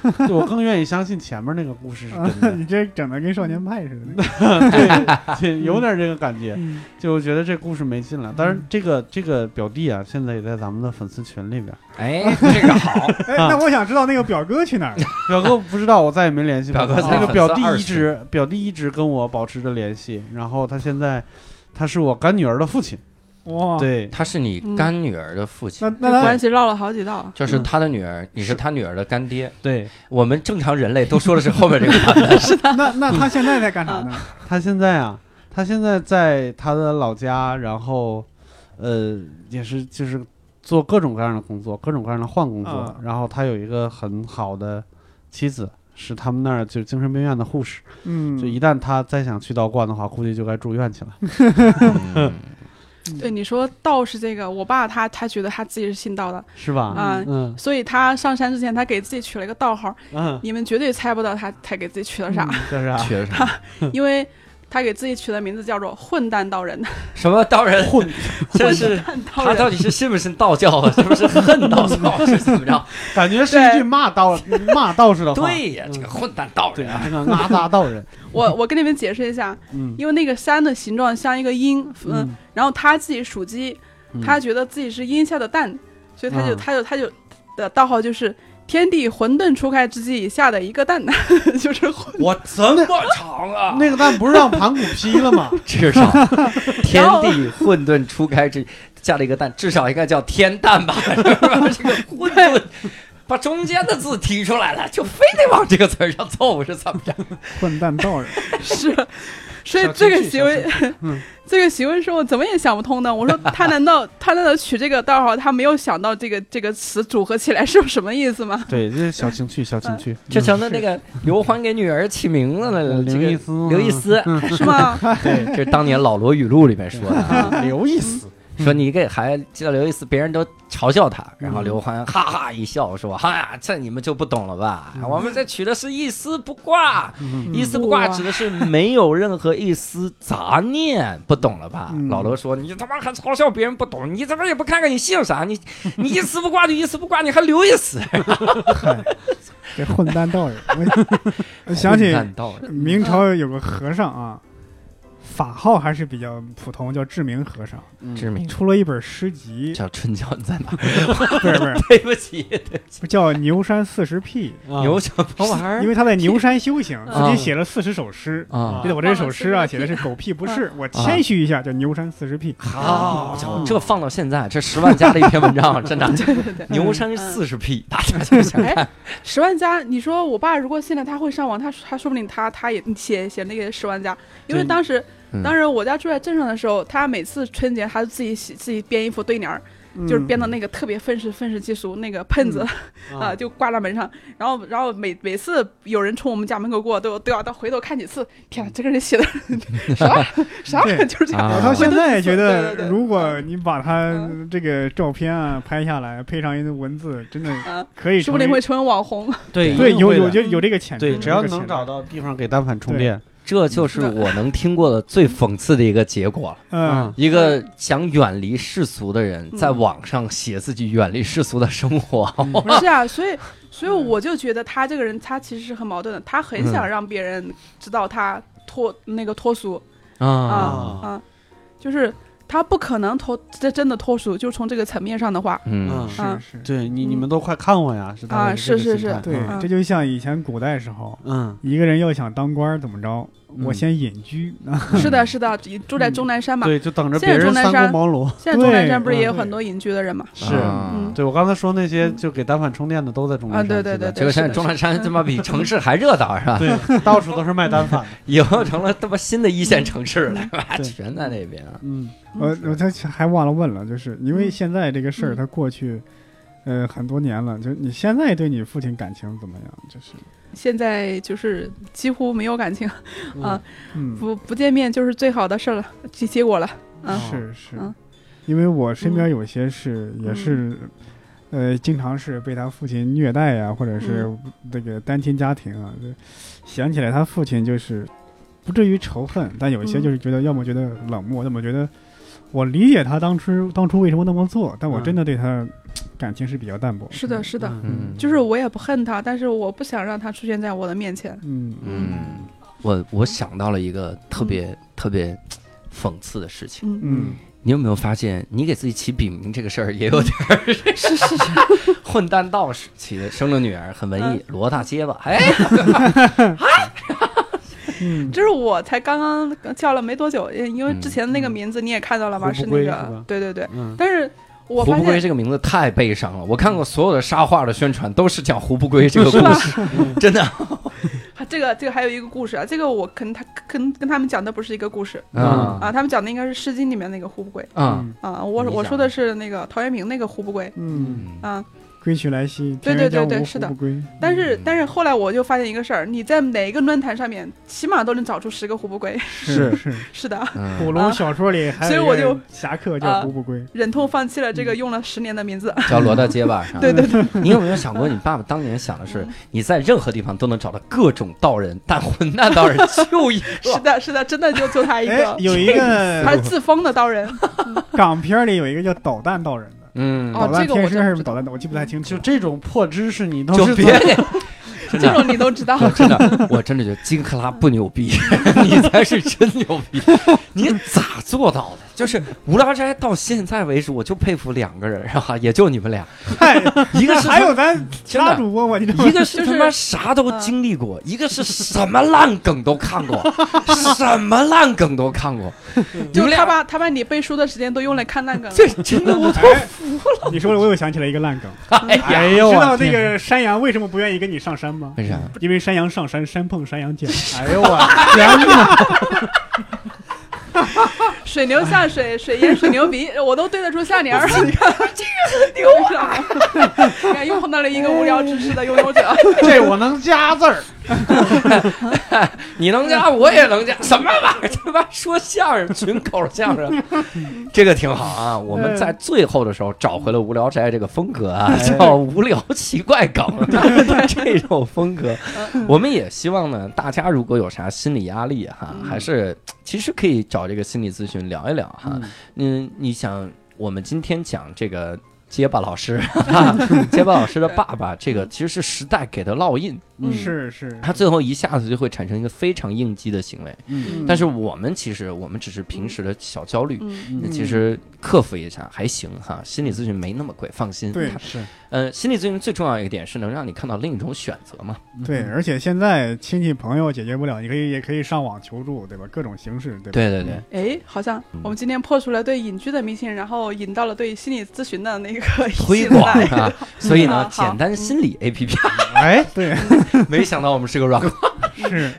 就我更愿意相信前面那个故事是真啊的， 你这整的跟少年派似 的。对，对有点这个感觉，嗯就觉得这故事没劲了。当然，这个这个表弟啊，现在也在咱们的粉丝群里边。哎，这个好，哎，那我想知道那个表哥去哪儿了？ 表哥不知道，我再也没联系过他。表哥才那个粉丝表弟20一直表弟一直跟我保持着联系，然后他现在他是我干女儿的父亲，哦哇，，对，他是你干女儿的父亲那，那这他关系绕了好几道。就是他的女儿，你是他女儿的干爹。对我们正常人类都说的是后面这个版本，那那他现在在干啥呢？ 他现在啊，他现在在他的老家，然后呃也是就是做各种各样的工作，各种各样的换工作，嗯啊然后他有一个很好的妻子。是他们那儿就是精神病院的护士，嗯，就一旦他再想去道观的话，估计就该住院去了。嗯对，你说道士这个，我爸他他觉得他自己是信道的，是吧？啊嗯所以他上山之前，他给自己取了一个道号，嗯，你们绝对猜不到他他给自己取了啥，就是啊，缺啥？因为他给自己取的名字叫做混蛋道人， 什么道人？混这是混蛋他道到人。底是信不信道教啊？是不是恨道教？是怎么着？感觉是一句骂道骂道士的话。对呀，嗯这个混蛋道对人啊，！这个阿达道人，我我跟你们解释一下，嗯， 因为那个山的形状像一个鹰，嗯，嗯然后他自己属鸡，嗯他觉得自己是鹰下的蛋，所以他就、嗯他就他就的道号就是天地混沌初开之际以下的一个蛋， 就是混我这么长 啊？那个蛋不是让盘古劈了吗？至少天然后地混沌初开之下了一个蛋，至少应该叫天 蛋吧？是吧这个混沌。把中间的字提出来了，就非得往这个词儿上凑，是怎么着？混蛋道人， 是，所以小情这个绪行为小，嗯 这个行为是我怎么也想不通的。我说他难 道他难道取这个代号，他没有想到这个这个词组合起来是什么意思吗？ 对，这是小情趣，小情趣。呃这成了那个刘欢给女儿起名字了，嗯这刘个易斯，刘易，斯，是 吗？对，这是当年《老罗语录》里面说 的啊，嗯刘易斯，说你给孩子叫刘易斯，别人都嘲笑他，然后刘欢哈哈一笑说：“哈呀，这你们就不懂了吧？我们这取的是一丝不挂，嗯一丝不挂哇指的是没有任何一丝杂念，不懂了吧？”嗯老罗说：“你他妈还嘲笑别人不懂，你怎么也不看看你姓啥？你 你一丝不挂就一丝不挂，你还刘易斯？这混 蛋道人，我我想起混蛋道人明朝有个和尚啊，法号还是比较普通，叫志明和尚，嗯知 名出了一本诗集，叫春娇，你在哪？不是不是，对不起，不叫《牛山四十癖啊牛小毛玩》，因儿为他在牛山修行，嗯自己写了四十首诗。 啊觉得我这首诗啊写的是狗屁不是，我谦虚一下叫牛山四十癖。啊好家哦伙，这个放到现在，这十万加的一篇文 章，真的对对对。牛山四十 P，大 家想想看，哎十万加，你说我爸如果现在他会上网，他他说不定他他也写写那个十万加，因为对当时嗯当时我家住在镇上的时候，他每次春节他就自己洗自己编一副对联儿，嗯嗯就是编的那个特别愤世愤世嫉俗那个喷子 啊，就挂在门上，然后然后每每次有人从我们家门口过，都都要到回头看几次，天啊，这个人写的 啥啥对就是这样，嗯啊我到现在觉对对得，对如果你把他嗯这个照片啊拍下来，配上一些文字，真的啊，可以说不成定会为成为网红，对对有有就有有这个潜质，对，只要有这个能潜找质，到地方给单反充电，这就是我能听过的最讽刺的一个结果了。啊嗯，一个想远离世俗的人，嗯在网上写自己远离世俗的生活，嗯不是啊，所以所以我就觉得他这个人他其实是很矛盾的，他很想让别人知道他脱那个脱俗，啊，啊，就是他不可能脱这真的脱俗，就从这个层面上的话，嗯，啊是是，对你你嗯们都快看我呀，是大概啊这是个是心态是对嗯，这就像以前古代时候，嗯，一个人要想当官儿怎么着，我嗯先隐居啊，是的，是的，住在终南山嘛，对，就等着现在别人钟南三顾山茅庐。现在终南山对不是也有嗯很多隐居的人嘛？是啊嗯对我刚才说那些就给单反充电的都在中南山，啊对对是吧结果现在钟南山他妈比城市还热闹是吧？对，到处都是卖单反的。以后成了他妈新的一线城市了，是吧？对全在那边啊。嗯我呃我他还忘了问了，就是因为嗯现在这个事儿，嗯他过去，呃，很多年了，就是你现在对你父亲感情怎么样？就是，现在就是几乎没有感情，啊嗯，不不见面就是最好的事儿了，结结果了。嗯哦是是嗯，因为我身边有些是也是，呃，经常是被他父亲虐待呀，或者是嗯这个单亲家庭啊，就想起来他父亲就是不至于仇恨，但有些嗯就是觉得要么觉得冷漠，要么觉得我理解他当初当初为什么那么做，但我嗯真的对他感情是比较淡薄。是的，是的，嗯就是我也不恨他，但是我不想让他出现在我的面前。嗯嗯，我我想到了一个特别特别讽刺的事情，嗯， 嗯你有没有发现，你给自己起笔名这个事儿也有点儿是是是，混蛋道士起的，生了女儿很文艺，罗大结巴，哎，嗯，就是我才刚刚叫了没多久，因为嗯之前那个名字你也看到了嘛，胡不是那归是个吧，对对对，嗯，但是。我胡发不归现这个名字太悲伤了。我看过所有的沙画的宣传，都是讲胡不归这个是吧嗯故事， 真的。啊这个这个还有一个故事啊，这个我跟他跟跟他们讲的不是一个故事啊啊，他们讲的应该是《诗经》里面那个胡不归啊，啊，我你讲我说的是那个陶渊明那个胡不归嗯，嗯啊，归去来兮，对田对对园将对芜是胡的不归。但是嗯但是后来我就发现一个事儿，你在哪个论坛上面，起码都能找出十个胡不归， 是是，是的啊，古嗯，龙小说里还所以有我一个就侠客啊叫胡不归。忍痛放弃了这个用了十年的名字，叫罗大结巴是吧？嗯对对嗯对，你有没有想过，你爸爸当年想的是，你在任何地方都能找到各种道人，但混蛋道人就一 是个。的是的，真的就就他一哎个，，有一他是 个自封的刀人，港片里有一个叫捣蛋道人的，嗯，哦捣蛋这个我天师真还不知是道捣蛋的，我记不太清楚就。这种破知识你都就是别怎么， 真这的种你都知道。真的，我真的觉得金克拉不牛逼， 你才是真牛逼，你咋做到的？就是无聊斋到现在为止，我就佩服两个人，哈，也就你们俩，嗨， 一个是还有咱其真的他主播吗？ 你知道一吗？个是他妈啥都经历过，一个是什么烂梗都看过，什么烂梗都看过，你就们他俩把他把你背书的时间都用来看烂梗了。这真的我哎你说的我又想起来一个烂梗，哎呦，知我道那 天，个山羊为什么不愿意跟你上山吗？为啥？因为山羊上山，山碰山羊见。啊哎呦我天哪，水牛下水，水淹水牛鼻，我都对得出下联儿。你看这个牛啊！ 你看又碰到了一个无聊知识的拥有哎者。这我能加字儿，你能加，我也能加，什么玩意儿？他妈说相声，群口相声，这个挺好啊。我们在最后的时候找回了《无聊斋》这个风格啊，叫无聊奇怪梗，这种风格。我们也希望呢，大家如果有啥心理压力哈，还是其实可以找这个心理咨询聊一聊哈。嗯，你想，我们今天讲这个结巴老师，结巴老师的爸爸，这个其实是时代给的烙印，嗯是是，他最后一下子就会产生一个非常应激的行为。嗯 但是我们其实我们只是平时的小焦虑，嗯那嗯其实克服一下还行哈。心理咨询没那么贵，放心。对它，是呃，心理咨询最重要一个点是能让你看到另一种选择嘛。对，嗯而且现在亲戚朋友解决不了，你可以也可以上网求助，对吧？各种形式，对吧？对对对，哎，好像嗯我们今天破除了对隐居的迷信，然后引到了对心理咨询的那个 推信广赖啊，所以呢好，简单心理 A P P，哎，对，没想到我们是个软是，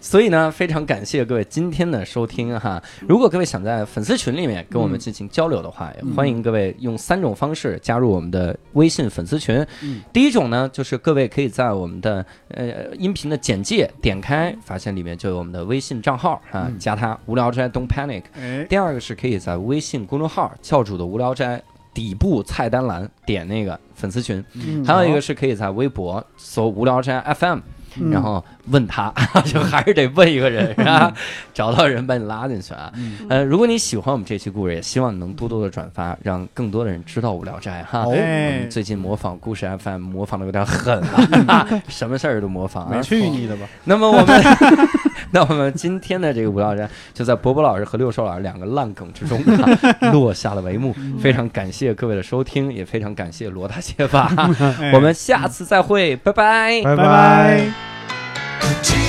所以呢，非常感谢各位今天的收听哈。如果各位想在粉丝群里面跟我们进行交流的话，嗯也欢迎各位用三种方式加入我们的微信粉丝群。嗯第一种呢，就是各位可以在我们的呃音频的简介点开，发现里面就有我们的微信账号啊，嗯加它无聊斋 Don't Panic。哎，第二个是可以在微信公众号教主的无聊斋底部菜单栏点那个粉丝群，嗯还有一个是可以在微博搜无聊斋 FM。嗯然后问他， 就还是得问一个 人，是吧？找到人把你拉进去啊。嗯呃，如果你喜欢我们这期故事，也希望你能多多的转发，让更多的人知道无聊斋哈。哦哎我哎们最近模仿故事 FM 模仿的有点狠 了，什么事儿都模嗯仿啊没。去你的吧？那么我们， 那我们今天的这个无聊斋就在波波老师和六兽老师两个烂梗之中、 啊、落下了帷幕。嗯非常感谢各位的收听，也非常感谢罗大 谢法。哎我们下次再会，拜拜。拜拜拜。 Continue.